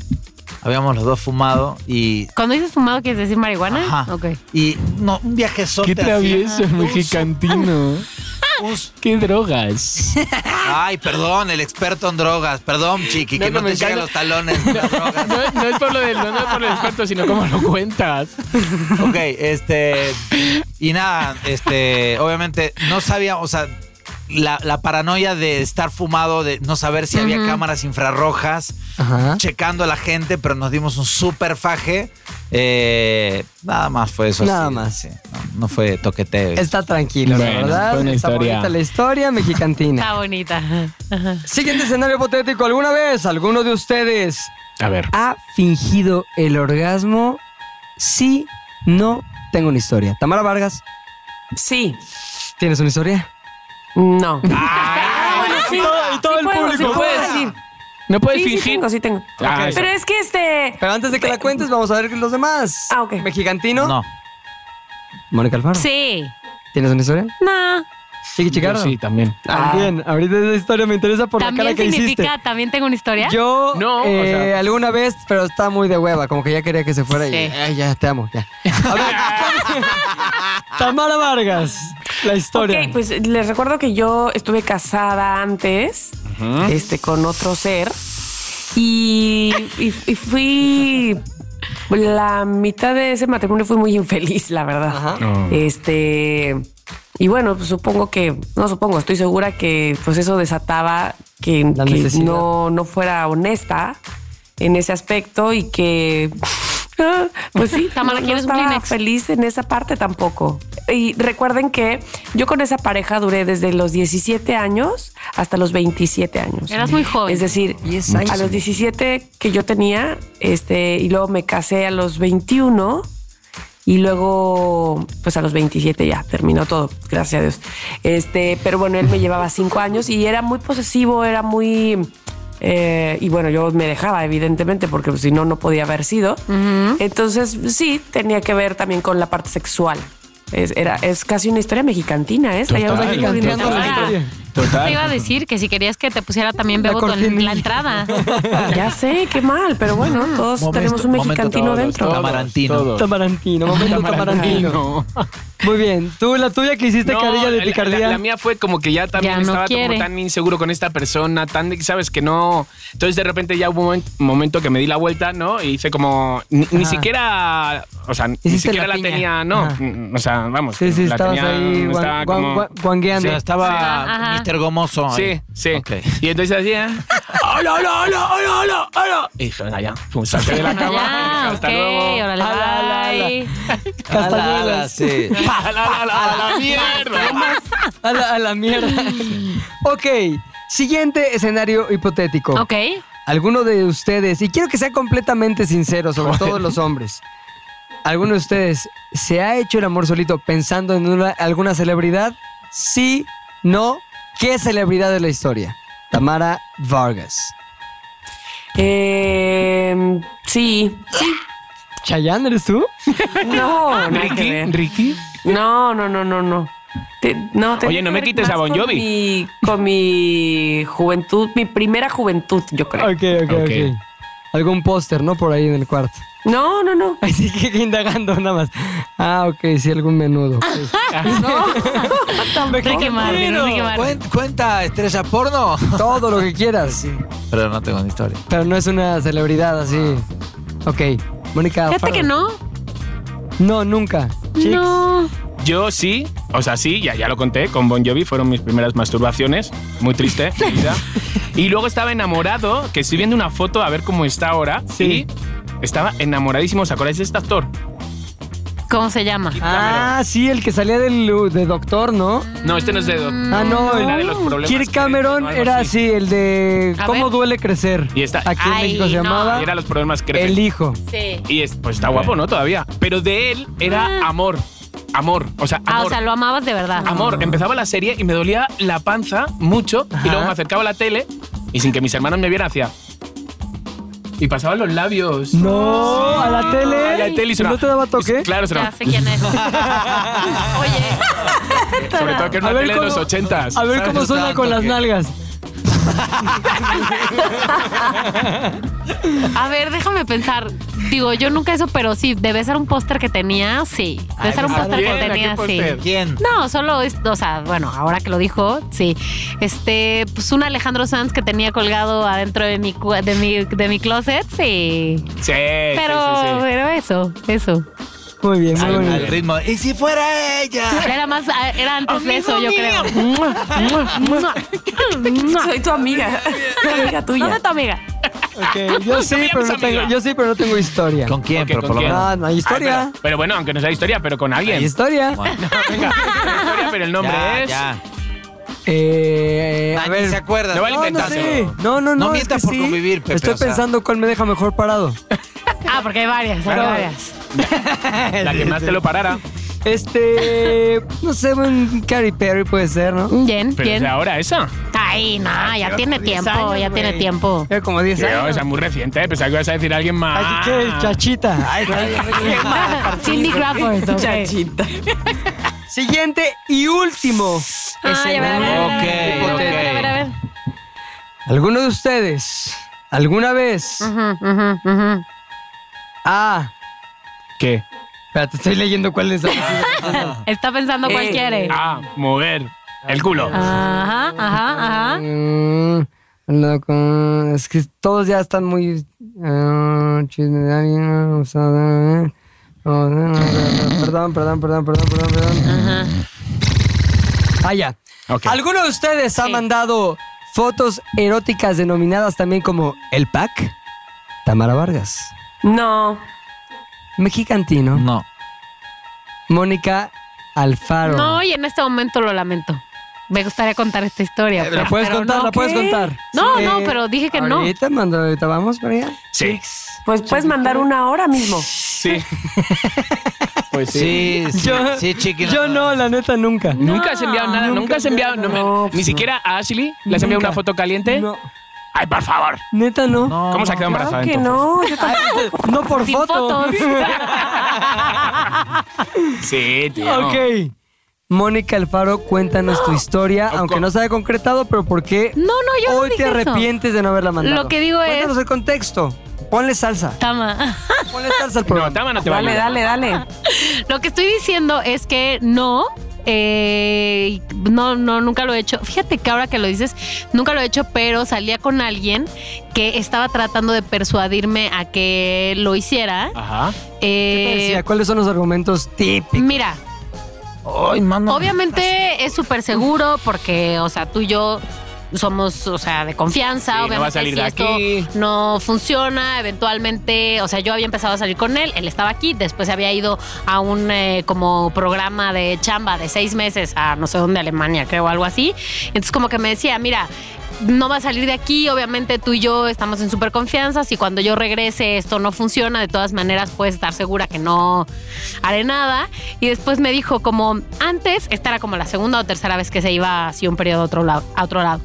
Habíamos los dos fumado y. Cuando dices fumado, ¿quieres decir marihuana? Ajá. Ok. Y no, un viaje Qué travieso mexicantino. us- ¿Qué drogas? Ay, perdón, el experto en drogas. Perdón, chiqui, No, que no no, me te lleguen encanta. los talones. las [LAUGHS] drogas. No, no es por lo del, no, no es por el experto, sino cómo lo cuentas. Ok, este. Y nada, este. Obviamente, no sabía, o sea, la, la paranoia de estar fumado, de no saber si había cámaras infrarrojas, Ajá. checando a la gente, pero nos dimos un super faje. Eh, nada más fue eso. Nada sí, más. sí, no, no fue toqueteo. Está tranquilo, Bueno, la verdad. fue una Está historia. bonita la historia mexicantina. Está bonita. Siguiente escenario hipotético. ¿Alguna vez alguno de ustedes A ver. ha fingido el orgasmo? Sí, no, tengo una historia. Tamara Vargas, Sí. ¿tienes una historia? No. bueno, sí. Y todo el puedo, público. sí puedo puedes- decir. No puedes Sí, sí fingir. tengo, sí tengo. Ah, Ok. eso. Pero es que este... Pero antes de que la cuentes, vamos a ver los demás. Ah, ok. Mexicantino. No. Mónica Alfaro. Sí. ¿Tienes una historia? No. Chiqui Chicardo. Yo sí, también. También. Ahorita esa historia me interesa por la cara También que significa, hiciste. también tengo una historia. Yo No, o eh, sea- pues, alguna vez, pero está muy de hueva, como que ya quería que se fuera y Sí. ay, ya te amo, ya. A ver, [LAUGHS] Tamara Vargas, la historia. Ok, pues les recuerdo que yo estuve casada antes este, con otro ser y, y- y fui... La mitad de ese matrimonio fui muy infeliz, la verdad. Ajá. Oh. No. Este... Y bueno, pues supongo que... No supongo, estoy segura que pues eso desataba que, La que necesidad. no, no fuera honesta en ese aspecto y que... [LAUGHS] Pues sí, Tamara, no- no ¿quieres un estaba Kleenex? feliz en esa parte tampoco. Y recuerden que yo con esa pareja duré desde los 17 años hasta los 27 años. Eras muy joven. Es decir, 10 años. a los 17 que yo tenía, este, y luego me casé a los 21 y luego, pues a los 27 ya terminó todo, gracias a Dios. Este, pero bueno, él me llevaba cinco años y era muy posesivo, era muy. eh, y bueno, yo me dejaba, evidentemente, porque pues, si no, no podía haber sido. Entonces, sí, tenía que ver también con la parte sexual. Es, era, es casi una historia mexicantina, ¿eh? La Total, llevamos aquí cubriendo mexicantina. todo. Ah, Total. Te iba a decir que si querías que te pusiera también La Bebo en cortina. la entrada. Ya sé, qué mal, pero bueno, todos Momento, tenemos un momento, mexicantino todos, dentro. todos. Tamarantino. Tamarantino, momento Tamarantino. Muy bien, tú la tuya que hiciste No, carilla ¿Este de la- picardía. La, la mía fue como que ya también Ya no estaba quiere. como tan inseguro con esta persona, tan de- sabes que no. Entonces de repente ya hubo un momen- momento que me di la vuelta, ¿no? Y hice como ni, ni Ajá. siquiera, o sea, ni Hiciste siquiera la la, piña. tenía, no, Ajá. mm, o sea, vamos, Sí, sí, la estabas tenía, ahí guan- estaba guan- como- guan- guangueando. Sí, estaba Ajá, ajá. Mr. Gomoso. Sí, ahí. sí. Ok. Y entonces ¿eh? hacía. [LAUGHS] ¡Hola, hola, hola, hola, hola! hola! Y dije, venga, ya. Pum, salté de la cama. Ya, dije, hasta ok, luego. Ah, órale, Ala, ala, bye. Ala, ala, Ah, sí. [LAUGHS] ¡A la, a la, a la mierda! [LAUGHS] A la, a [LAUGHS] la mierda. ok, siguiente escenario hipotético. Ok. alguno de ustedes, y quiero que sea completamente sincero, sobre todo los hombres, ¿alguno de ustedes se ha hecho el amor solito pensando en una- alguna celebridad? Sí, no, ¿qué celebridad de la historia? Tamara Vargas. Eh, sí. ¿Chayanne eres tú? No, nada que ¿Ricky? ver. ¿Ricky? No, no, no, no, no. Te- no tenía Oye, no que me ver quites más a Bon Jovi. Con mi, con mi juventud, mi primera juventud, yo creo. Ok, ok, ok. Ok. Algún póster, ¿no? Por ahí en el [LAUGHS] cuarto. No, no, no. Así que indagando nada más. Ah, ok, sí, algún menudo. ok. Ricky Martin, Ricky Bueno, Martin. cuen- cuenta estrella porno. [LAUGHS] Todo lo que quieras. Pero no tengo ni historia. Pero no es una celebridad así. Ok. Mónica. Fíjate Alfaro. que no. No, nunca. Chicks. No. Yo sí, o sea, sí, ya, ya lo conté, con Bon Jovi fueron mis primeras masturbaciones, muy triste, mi [LAUGHS] vida. Y luego estaba enamorado, que estoy viendo una foto a ver cómo está ahora, Sí. y estaba enamoradísimo, ¿os acordáis de este actor? ¿Cómo se llama? Ah, sí, el que salía del de doctor, ¿no? No, este no es dedo. Mm, Ah, no, la de los el problemas Kirk Cameron creen, o algo era así, el de A ¿Cómo ver. duele crecer? Y está- Aquí en Ay, México se no. llamaba Y era los problemas que El hijo. Sí. Y es- pues está guapo, ¿no? Todavía. Pero de él era Ah. amor, amor, o sea, Ah, amor. o sea, lo amabas de verdad. Amor, empezaba la serie y me dolía la panza mucho y luego me acercaba a la tele y sin que mis hermanos me vieran hacía y pasaban los labios. No, a la tele. A la tele y sonaba- ¿No te daba toque? Claro, Ya sonaba. sé quién [LAUGHS] es. Oye. Sobre todo que era A una ver tele de cómo- los ochentas. A ver cómo Tanto, suena con las tanto que- nalgas. A ver, déjame pensar. Digo, yo nunca eso, pero sí, debe ser un póster que tenía, sí. Debe Ay, ser un ¿a póster que quién? ¿A qué tenía, sí. póster? ¿Quién? No, solo es, o sea, bueno, ahora que lo dijo, sí. Este, pues un Alejandro Sanz que tenía colgado adentro de mi cu- de mi, de mi closet, Eh, sí. Sí, Pero, sí, sí, sí. pero eso, eso. Muy bien, muy Ay, bonito. Al ritmo. ¿Y si fuera ella? Era más, ah, era antes de eso, yo creo. Soy tu amiga. amiga ¿Dónde tuya. tu amiga? Ok, Yo sí, pero no tengo, yo sí, pero no tengo historia. [LAUGHS] ¿Con quién? Ok, pero ¿con por lo quién? menos. No, no hay historia. Ay, pero, pero bueno, aunque no sea historia, pero con alguien. Hay historia. Bueno, Venga, no hay historia, pero el nombre ya, es. ya. Eh, a Nadie ver. se acuerda. No vale No, no inventar. sé. No, no, no. No es mientas que por sí. convivir, Pepe, Estoy o sea. pensando cuál me deja mejor parado. Ah, porque hay varias, hay Claro. varias. La que más te lo parara. Este. No sé, un Carrie Perry puede ser, ¿no? Bien, Pero es bien. de ahora esa. Ay, no, ya tiene tiempo, ya tiene tiempo. Era como 10 Creo, años. esa es muy reciente. ¿eh? Pensaba que ibas a decir a alguien más. Ay, ¿qué? Chachita. Ay, [LAUGHS] Cindy Crawford, ok. Chachita. Siguiente y último. Ay, a ver, a ver, a ver, Ok, a ver, a ver, a ver, a ver. ¿Alguno de ustedes alguna vez Ujú, ujú, ujú. Ah, ¿Qué? Espérate, estoy leyendo cuál es. Está pensando cuál Eh. quiere. Ah, mover el culo. Ah, Ajá, ajá, ajá. Mm, no, con- es que todos ya están muy. ah, chisme de alguien, o sea, eh, o sea, Perdón, perdón, perdón, perdón, perdón, perdón. Ajá. Ah, ya. Ok. ¿Alguno de ustedes ha Sí. mandado fotos eróticas denominadas también como el pack? Tamara Vargas. No. Mexicantino. No. Mónica Alfaro. No, y en este momento lo lamento. Me gustaría contar esta historia. Eh, la pero- puedes pero contar, no. la puedes contar. No, Sí. no, pero dije que no. Ahorita mando, ahorita vamos para allá. Sí. Pues puedes mandar una ahora mismo. Sí. Pues sí. Sí, sí, Yo- sí, chiqui. Yo no, la neta, nunca. [LAUGHS] Nunca has enviado nada, nunca, has enviado. no me- no, ni siquiera a Ashley le has enviado Nunca. una foto caliente. No, Ay, por favor. neta no. No, [LAUGHS] No, ¿Cómo se ha no. quedado Claro embarazada que entonces? no. Yo tampoco. por Sin foto. [LAUGHS] fotos. Sí, tío. ok. Mónica Alfaro, cuéntanos tu historia, aunque no se haya concretado, pero ¿por qué No, no, yo no hoy dije te eso. arrepientes de no haberla mandado? Lo que digo es- Cuéntanos el contexto. Ponle salsa. Tama. [LAUGHS] Ponle salsa [LAUGHS] al No, programa. Tama no [LAUGHS] te va a Dale, ayudar. dale, dale. Lo que estoy diciendo es que no. eh, no, no, nunca lo he hecho. Fíjate que ahora que lo dices, nunca lo he hecho, pero salía con alguien que estaba tratando de persuadirme a que lo hiciera. Ajá. Ah, ¿Qué te Eh, decía? ¿Cuáles son los argumentos típicos? mira, Ay, mano. obviamente es súper seguro porque, o sea, tú y yo somos, o sea, de confianza. Sí, no obviamente, va a salir si de esto aquí. no funciona, eventualmente, o sea, yo había empezado a salir con él, él estaba aquí, después había ido a un eh, como programa de chamba de seis meses a no sé dónde, Alemania, creo, algo así. Entonces, como que me decía, mira. No va a salir de aquí, obviamente tú y yo estamos en súper confianza. Si cuando yo regrese esto no funciona, de todas maneras puedes estar segura que no haré nada. Y después me dijo como antes, esta era como la segunda o tercera vez que se iba así un periodo a otro lado. A otro lado.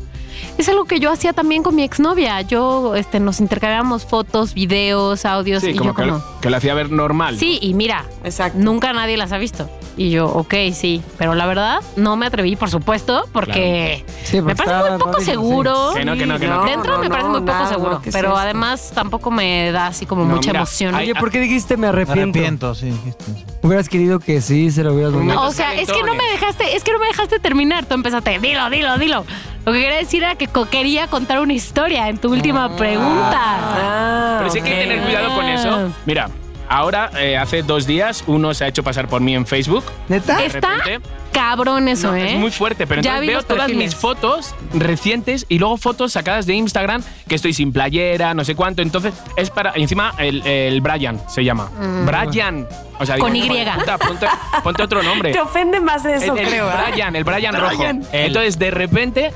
Es algo que yo hacía también con mi exnovia. Yo, este, nos intercambiábamos fotos, videos, audios Sí, y como yo que, como. lo- que lo hacía ver normal. Sí, y mira, Exacto. nunca nadie las ha visto. Y yo, ok, sí, pero la verdad no me atreví, por supuesto, porque Sí, me porque parece estaba muy poco Rodrigo, sí. seguro. Que no, que no, que no. Dentro me no, parece muy poco nada, seguro, no, ¿qué es pero esto? además tampoco me da así como No, mucha mira, emoción. hay- Oye, ¿por qué dijiste me Me arrepiento? arrepiento, Ah, sí. dijiste. Hubieras querido que sí, se lo hubieras mandado. O sea, es que no me dejaste, es que no me dejaste terminar. Tú empezaste, dilo, dilo, dilo. Lo que quería decir era que co- quería contar una historia en tu última pregunta. Ah, Pero sí que hay que ok. tener cuidado con eso. Mira, ahora, eh, hace dos días, uno se ha hecho pasar por mí en Facebook. ¿Neta? De Está repente- cabrón eso, No, ¿eh? Es muy fuerte, pero Ya entonces vi veo los todas perfiles. mis fotos recientes y luego fotos sacadas de Instagram que estoy sin playera, no sé cuánto. Entonces es para. y Encima el, el Brian se llama. Brian. O sea, Mm. Con digo, Y. "Joder, puta, ponte, ponte [LAUGHS] otro nombre. Te ofende más eso, el, el creo. ¿ah? Brian, el Brian rojo. Entonces de repente.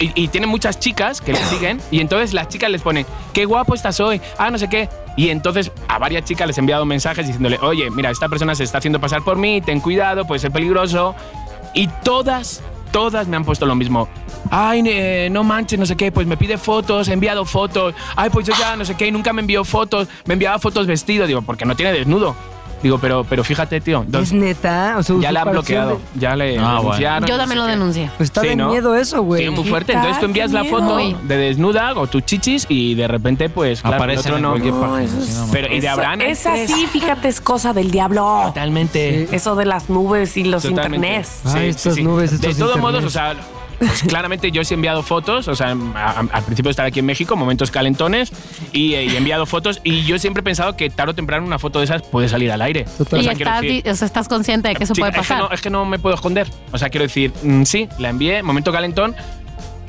Y, y tiene muchas chicas que le siguen y entonces las chicas les ponen, qué guapo estás hoy, ah, no sé qué. Y entonces a varias chicas les he enviado mensajes diciéndole, oye, mira, esta persona se está haciendo pasar por mí, ten cuidado, puede ser peligroso. Y todas, todas me han puesto lo mismo. Ay, eh, no manches, no sé qué, pues me pide fotos, he enviado fotos. Ay, pues yo ya, no sé qué, y nunca me envió fotos, me enviaba fotos vestido. Digo, porque no tiene desnudo. Digo, pero, pero fíjate, tío. Es entonces, neta. O sea, ya la han usurpación bloqueado. de- Ya le Ah, bueno. denunciaron. Yo no también sé lo qué. denuncié. Pues está Sí, de ¿no? miedo eso, güey. Sí, muy ¿Qué fuerte. Entonces tú tal? envías Qué la foto miedo. de desnuda o tus chichis y de repente, pues, claro, el Aparecen otro en cualquier no. parte. eso sí, es- no, Pero, y de Abraham. Es así, fíjate, es cosa del diablo. Eh, Totalmente. Eso de las nubes y los Totalmente. internets. Ay, estas nubes, De estos todos internets. modos, o sea, pues, claramente yo sí he enviado fotos, o sea, a- a- al principio estaba aquí en México, momentos calentones, y, eh, y he enviado fotos, y yo siempre he pensado que tarde o temprano una foto de esas puede salir al aire. Total. O Y sea, quiero estás, decir- di- o sea, estás consciente de que eso Sí, puede Es que, pasar. no, es que no me puedo esconder. O sea, quiero decir, mm, sí, la envié, momento calentón.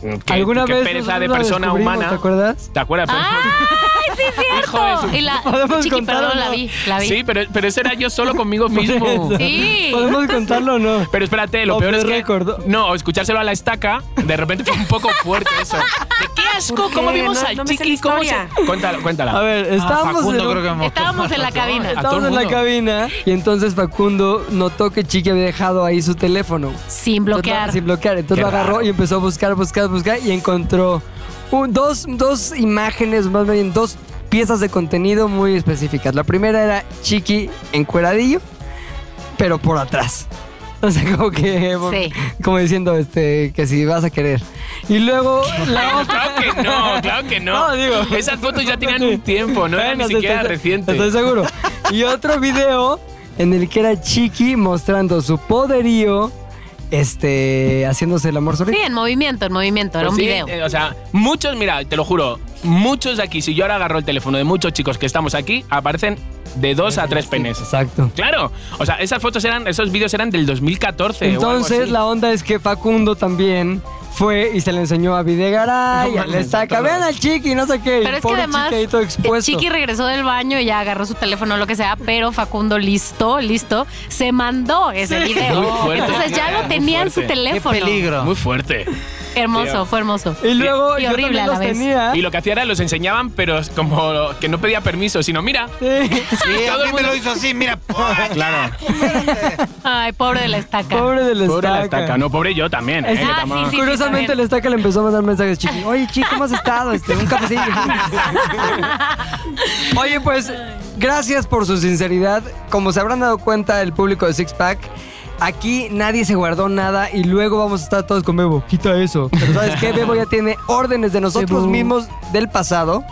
mm, Que, ¿Alguna que vez pereza nosotros de la persona descubrimos, humana. [LAUGHS] ¿Te acuerdas? ¿Te acuerdas? Ah, [LAUGHS] ¡Ay, sí, es Hijo de cierto! su- Y la ¿Podemos chiqui, contar perdón, o no? la vi, la vi. Sí, pero, pero ese era yo solo [LAUGHS] conmigo mismo. eso. Sí. ¿Podemos contarlo o no? Pero espérate, lo Off peor the es que. record. No, escuchárselo a la estaca, de repente fue un poco fuerte eso. ¿De qué asco? ¿Por qué? ¿Cómo vimos No- al no me sé chiqui? la ¿Cómo se- historia. Cuéntala, cuéntala. A ver, Ah, estábamos Facundo en un- creo que me- Estábamos en la cabina. A todo Estábamos en la mundo. cabina y entonces Facundo notó que Chiqui había dejado ahí su teléfono. Sin Entonces, bloquear. Sin bloquear. Entonces Qué lo agarró raro. y empezó a buscar, buscar, buscar y encontró un- dos, dos imágenes, más bien dos piezas de contenido muy específicas. La primera era Chiqui encueradillo, pero por atrás. O sea, como que... Sí. Como diciendo este, que si vas a querer. [LAUGHS] Y luego la otra... Claro que no, claro que no. No, digo- Esas fotos ya tenían un tiempo, no eran ni Apenas siquiera estoy- recientes. Estoy seguro. Y otro video en el que era Chiqui mostrando su poderío, este, haciéndose el amor Sí, solito. en movimiento, en movimiento. Era Pues un sí, video. eh, o sea, muchos, mira, te lo juro, muchos de aquí, si yo ahora agarro el teléfono de muchos chicos que estamos aquí, aparecen de dos a tres penes. Exacto. Claro, o sea, esas fotos eran, esos vídeos eran del 2014. Este, o algo Entonces así. la onda es que Facundo también fue y se le enseñó a Videgaray, No a la mames, estaca, no. vean al Chiqui, no sé qué. y Pero es que pobre además, Chiqui ahí todo eh, expuesto. Chiqui regresó del baño y ya agarró su teléfono, lo que sea, pero Facundo, listo, listo, se mandó ese video. Muy fuerte, Entonces ya tía, lo muy tenía en su fuerte. Qué Qué teléfono. peligro. Muy fuerte. Hermoso, fue hermoso. Y luego y yo horrible también a la los vez. tenía. Y lo que hacía era los enseñaban, pero como que no pedía permiso, sino mira. Sí. Sí, Todo el a mí me mundo- lo hizo así, mira. Claro. Ay, pobre de la estaca. Pobre de la Pobre la estaca. estaca. No, pobre yo también. ¿eh? Ah, Que sí, tamo- sí. Curiosamente también. la estaca le empezó a mandar mensajes Chiqui. Oye, Chiqui, ¿cómo has estado? Este, un [LAUGHS] cafecillo. Oye, pues, gracias por su sinceridad. Como se habrán dado cuenta el público de Six Pack, aquí nadie se guardó nada y luego vamos a estar todos con Bebo. Quita eso. Pero ¿sabes qué? Bebo ya tiene órdenes de nosotros mismos del pasado.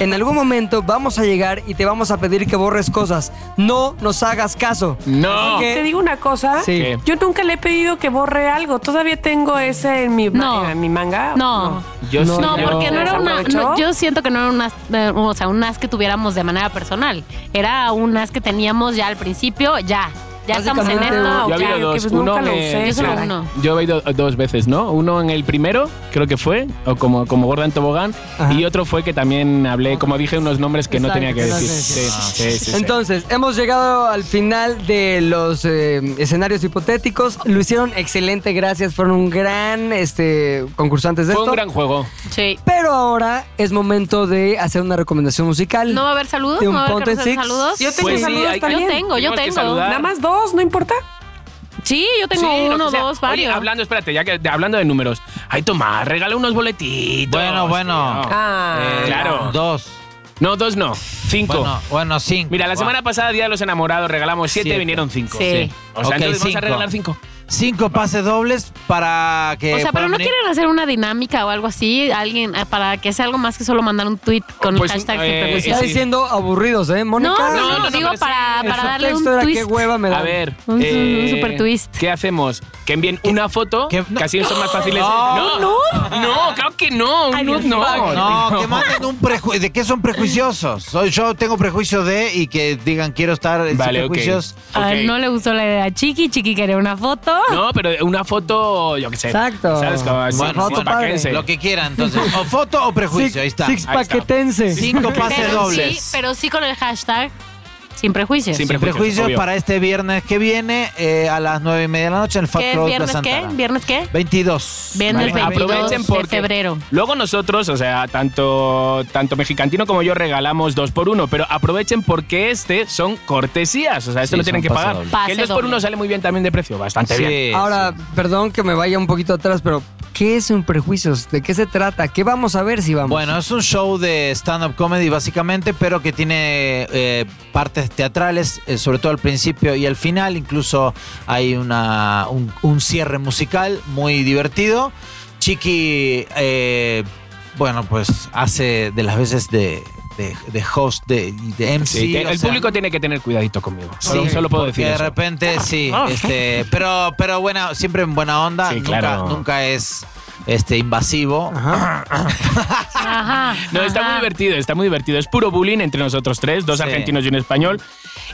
En algún momento vamos a llegar y te vamos a pedir que borres cosas. No nos hagas caso. No. Así que- Te digo una cosa. Sí. ¿Qué? Yo nunca le he pedido que borre algo. Todavía tengo ese en mi, ma- No. en mi manga. No. Yo No, sí, No, yo- porque no era una. ¿Desaprovechó? no, yo siento que no era un as, eh, o sea, un as que tuviéramos de manera personal. Era un as que teníamos ya al principio, ya. Ya estamos en Básicamente, esto. Yo he ok, habido ok, dos. pues uno nunca lo me- usé, Yo solo claro. uno. Yo he ido dos veces, ¿no? Uno en el primero, creo que fue, o como, como gorda en tobogán, Ajá. y otro fue que también hablé, como dije, unos nombres que no Exacto, tenía que no decir. sé. Sí, sí, sí, sí, sí. Entonces, hemos llegado al final de los eh, escenarios hipotéticos. Lo hicieron excelente, gracias. Fueron un gran este, concursantes de fue esto. un gran juego. Sí. Pero ahora es momento de hacer una recomendación musical. ¿No va a haber saludos? De ¿No un va a haber Ponte cartas de Six. saludos? Yo tengo Pues sí, saludos hay- Yo también. tengo, yo Tenemos que tengo. saludar. Nada más dos, no importa. Sí, yo tengo Sí, lo uno, que sea. dos, Oye, varios. hablando, espérate, ya que de- hablando de números. Ay, Tomás, regala unos boletitos. Bueno, bueno. tío. Ah. Eh, Claro. Dos. No, dos no, cinco. Bueno, bueno, cinco. Mira, la Va. semana pasada, Día de los Enamorados, regalamos siete, Siete. vinieron cinco. Sí. O sea, Ok, entonces vamos a cinco. regalar cinco. Cinco pases dobles para que. o sea, pero puedan no venir. quieren hacer una dinámica o algo así, alguien eh, para que sea algo más que solo mandar un tweet con Pues, el hashtag eh, sin prejuicios. Está sí. diciendo aburridos, ¿eh, No, Mónica? no, no, no, no, digo pero sí, para, para Su darle un texto era, twist. qué hueva me da. A ver, eh, Un- un super twist. ¿Qué hacemos? ¿Que envíen una foto? qué- que así son más fáciles. No. no, no, claro que no. Un nude no. No, que manden un prejuicio. ¿De qué son prejuiciosos? Soy, yo tengo prejuicio de y que digan quiero estar en Vale, ok. prejuicios. Ah, Ok. no le gustó la idea a Chiqui, Chiqui quería una foto. No, pero una foto, yo qué sé. Exacto. ¿Sabes? Como así, Ah, Bueno, sí, foto para padre. que se- Lo que quieran, entonces. O foto o prejuicio, Six, ahí está. six Ahí está. paquetense. [LAUGHS] Cinco pases pero dobles. sí, pero sí con el hashtag sin prejuicios. Sin Sin prejuicios obvio. para este viernes que viene eh, a las nueve y media de la noche en el Fat ¿Qué es Road viernes Plaza qué? Antara. ¿Viernes qué? 22. Viernes Vale, 22 aprovechen de porque febrero. Luego nosotros, o sea, tanto, tanto Mexicantino como yo regalamos dos por uno, pero aprovechen porque este son cortesías, o sea, esto Sí, no tienen que son pase pagar. doble. Que el Pase dos por uno doble. sale muy bien también de precio, bastante bien. Sí, Ahora, sí. perdón que me vaya un poquito atrás, pero ¿Qué es un prejuicio? ¿De qué se trata? ¿Qué vamos a ver si vamos? Bueno, es un show de stand-up comedy básicamente, pero que tiene eh, partes teatrales, eh, sobre todo al principio y al final. Incluso hay una, un, un cierre musical muy divertido. Chiqui, eh, bueno, pues hace de las veces de, de- de host, de, de MC. Sí, te- o el sea, público tiene que tener cuidadito conmigo. Sí, solo, solo puedo porque decir de eso. Ah. repente sí, este, pero pero buena, siempre en buena onda, Sí, nunca, claro. nunca es este invasivo. Ajá. No, está muy ajá. divertido, está muy divertido. Es puro bullying entre nosotros tres, dos Sí. argentinos y un español.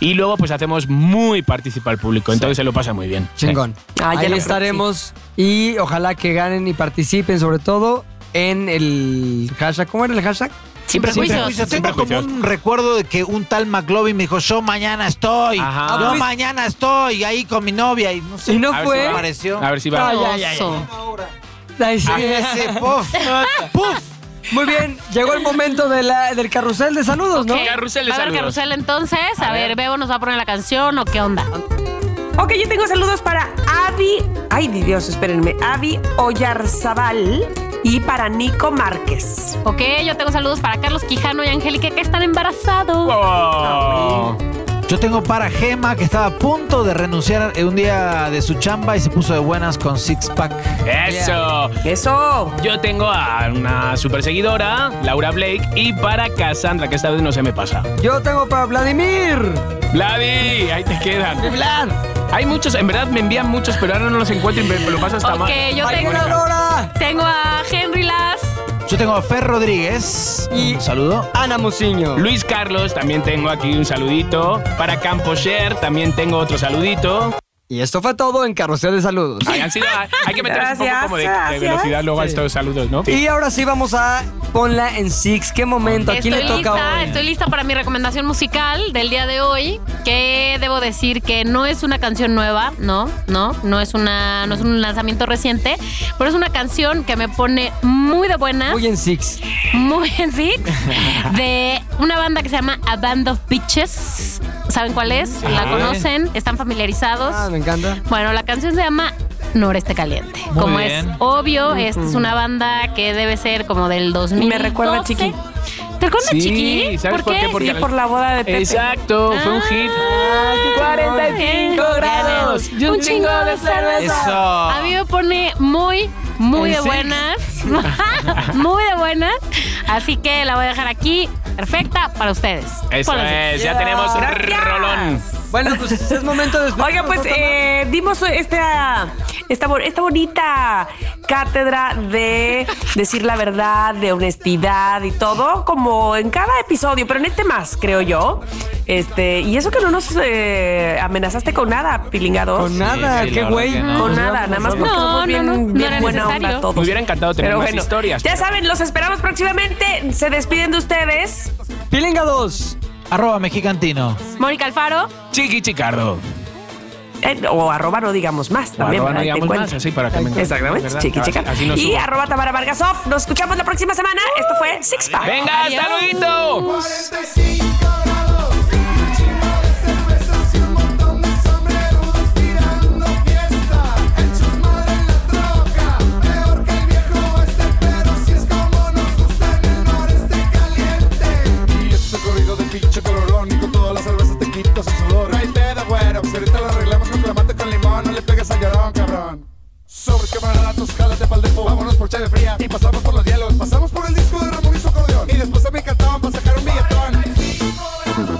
Y luego pues hacemos muy participar al público, entonces se lo pasa muy bien. Chingón. Ah, ya Ahí lo- estaremos y ojalá que ganen y participen, sobre todo en el hashtag. ¿Cómo era el hashtag? Sin Sin prejuicios. prejuicios. Sin Tengo como prejuicios. un recuerdo de que un tal McLovin me dijo, yo mañana estoy, Ajá. yo Ah, mañana estoy, ahí con mi novia y no sé. Y no A ver fue. si va. Apareció. A ver si va. Ay, Oso. Ay, sí. [LAUGHS] Ah, ese, puf, puf. Muy bien, llegó el momento de la- del carrusel de saludos, ¿no? Ok, Carrusel de Va a haber saludos. carrusel entonces. A, ver, Bebo nos va a poner la canción o qué onda. Ok, yo tengo saludos para Avi. Ay, Dios, espérenme. Avi Oyarzabal y para Nico Márquez. Ok, yo tengo saludos para Carlos Quijano y Angélica que están embarazados. Oh. Yo tengo para Gema que estaba a punto de renunciar en un día de su chamba y se puso de buenas con Six Pack. Eso. Eso. Yo tengo a una super seguidora, Laura Blake, y para Cassandra, que esta vez no se me pasa. Yo tengo para Vladimir. Vladi, ahí te quedan. Hay muchos, en verdad me envían muchos, pero ahora no los encuentro y me me lo paso hasta Ok, mal. yo tengo, Aurora. tengo a Henry Las. Yo tengo a Fer Rodríguez. Y- Un saludo. Ana Musiño. Luis Carlos, también tengo aquí un saludito. Para Camposher, también tengo otro saludito. Y esto fue todo en carrusel de saludos. Ay, han sido- hay que meterse un poco Gracias, como de, de gracias. velocidad luego a Sí. estos saludos, ¿no? Y ahora sí vamos a ponla en Six. ¿Qué momento? ¿A Estoy quién le toca lista, hoy? estoy lista para mi recomendación musical del día de hoy, que debo decir que no es una canción nueva, no, no, no es una, no es un lanzamiento reciente, pero es una canción que me pone muy de buenas. Muy en Six. [LAUGHS] muy en Six de una banda que se llama A Band of Bitches. ¿Saben cuál es? ¿La conocen? ¿Están familiarizados? Ah, me encanta. Bueno, la canción se llama Noreste Caliente. como es bien. obvio, esta es una banda que debe ser como del 2000. Me recuerda a Chiqui. ¿Te recuerda a Sí, Chiqui? ¿sabes por qué? Porque Sí, por la boda de Pepe. Exacto, fue un hit. Ah, 45 grados y un chingo de cerveza. Eso. A mí me pone muy, muy de ¿En serio? buenas. muy de buenas. [LAUGHS] Así que la voy a dejar aquí. Perfecta para ustedes. Eso Pónganse. es, ya tenemos Gracias. rolón. Bueno, pues es momento de despedirnos, Oiga, pues ¿no, Tama? eh, dimos esta, esta, bo- esta bonita cátedra de decir la verdad, de honestidad y todo, como en cada episodio, pero en este más, creo yo. Este, y eso que no nos eh, amenazaste con nada, pilingados. Con nada, sí, la qué verdad güey. que no. Con Nos nada, nada llevamos más nosotros. No, porque somos no, bien, no, no bien era buena onda necesario. todos. Me hubiera encantado tener Pero más bueno, historias. Ya saben, los esperamos próximamente. Se despiden de ustedes. Pilinga 2. Arroba mexicantino. Mónica Alfaro. Chiqui Chicardo. eh, o arroba no digamos más O también. arroba para que no te digamos más, encuentren. así para que me encuentren, Exactamente, ¿verdad? chiqui, Así- chica. así nos y subo. arroba Tamara Vargas Off. Nos escuchamos la próxima semana. Esto fue Six Pack. Venga, hasta Adiós. luego. Cervezas y un montón de sombreros tirando fiesta. Hechos madre en la troca. Peor que el viejo este, pero si es como nos gusta en el noreste caliente. Y ese corrido de pinche colorón y con todas las cervezas te quita su sudor. No hay pedo, güero. Pues ahorita lo arreglamos con clamate con limón. No le pegues al llorón, cabrón. Sobres camaradas, jálate pa'l depo Vámonos por chave fría y pasamos por los hielos Pasamos por el disco de Ramón y su acordeón Y después a mi cantaban para sacar un billetón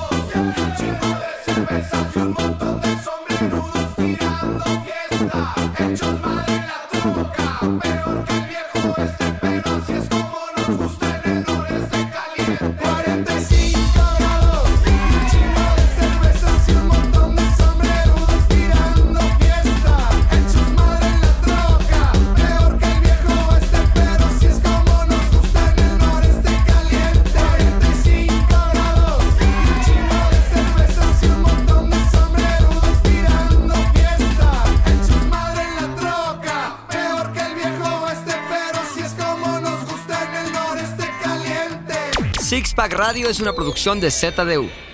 Cervezas y un montón de sombreros tirando fiesta. Hechos madre en la troca. Peor que el viejo este, pero si es como nos gusta en el noreste caliente. 45 grados. Un chingo de cervezas y un montón de sombreros tirando fiesta. Hechos madre en la troca. Peor que el viejo este, pero si es como nos gusta en el noreste este caliente. Six Pack Radio es una producción de ZDU.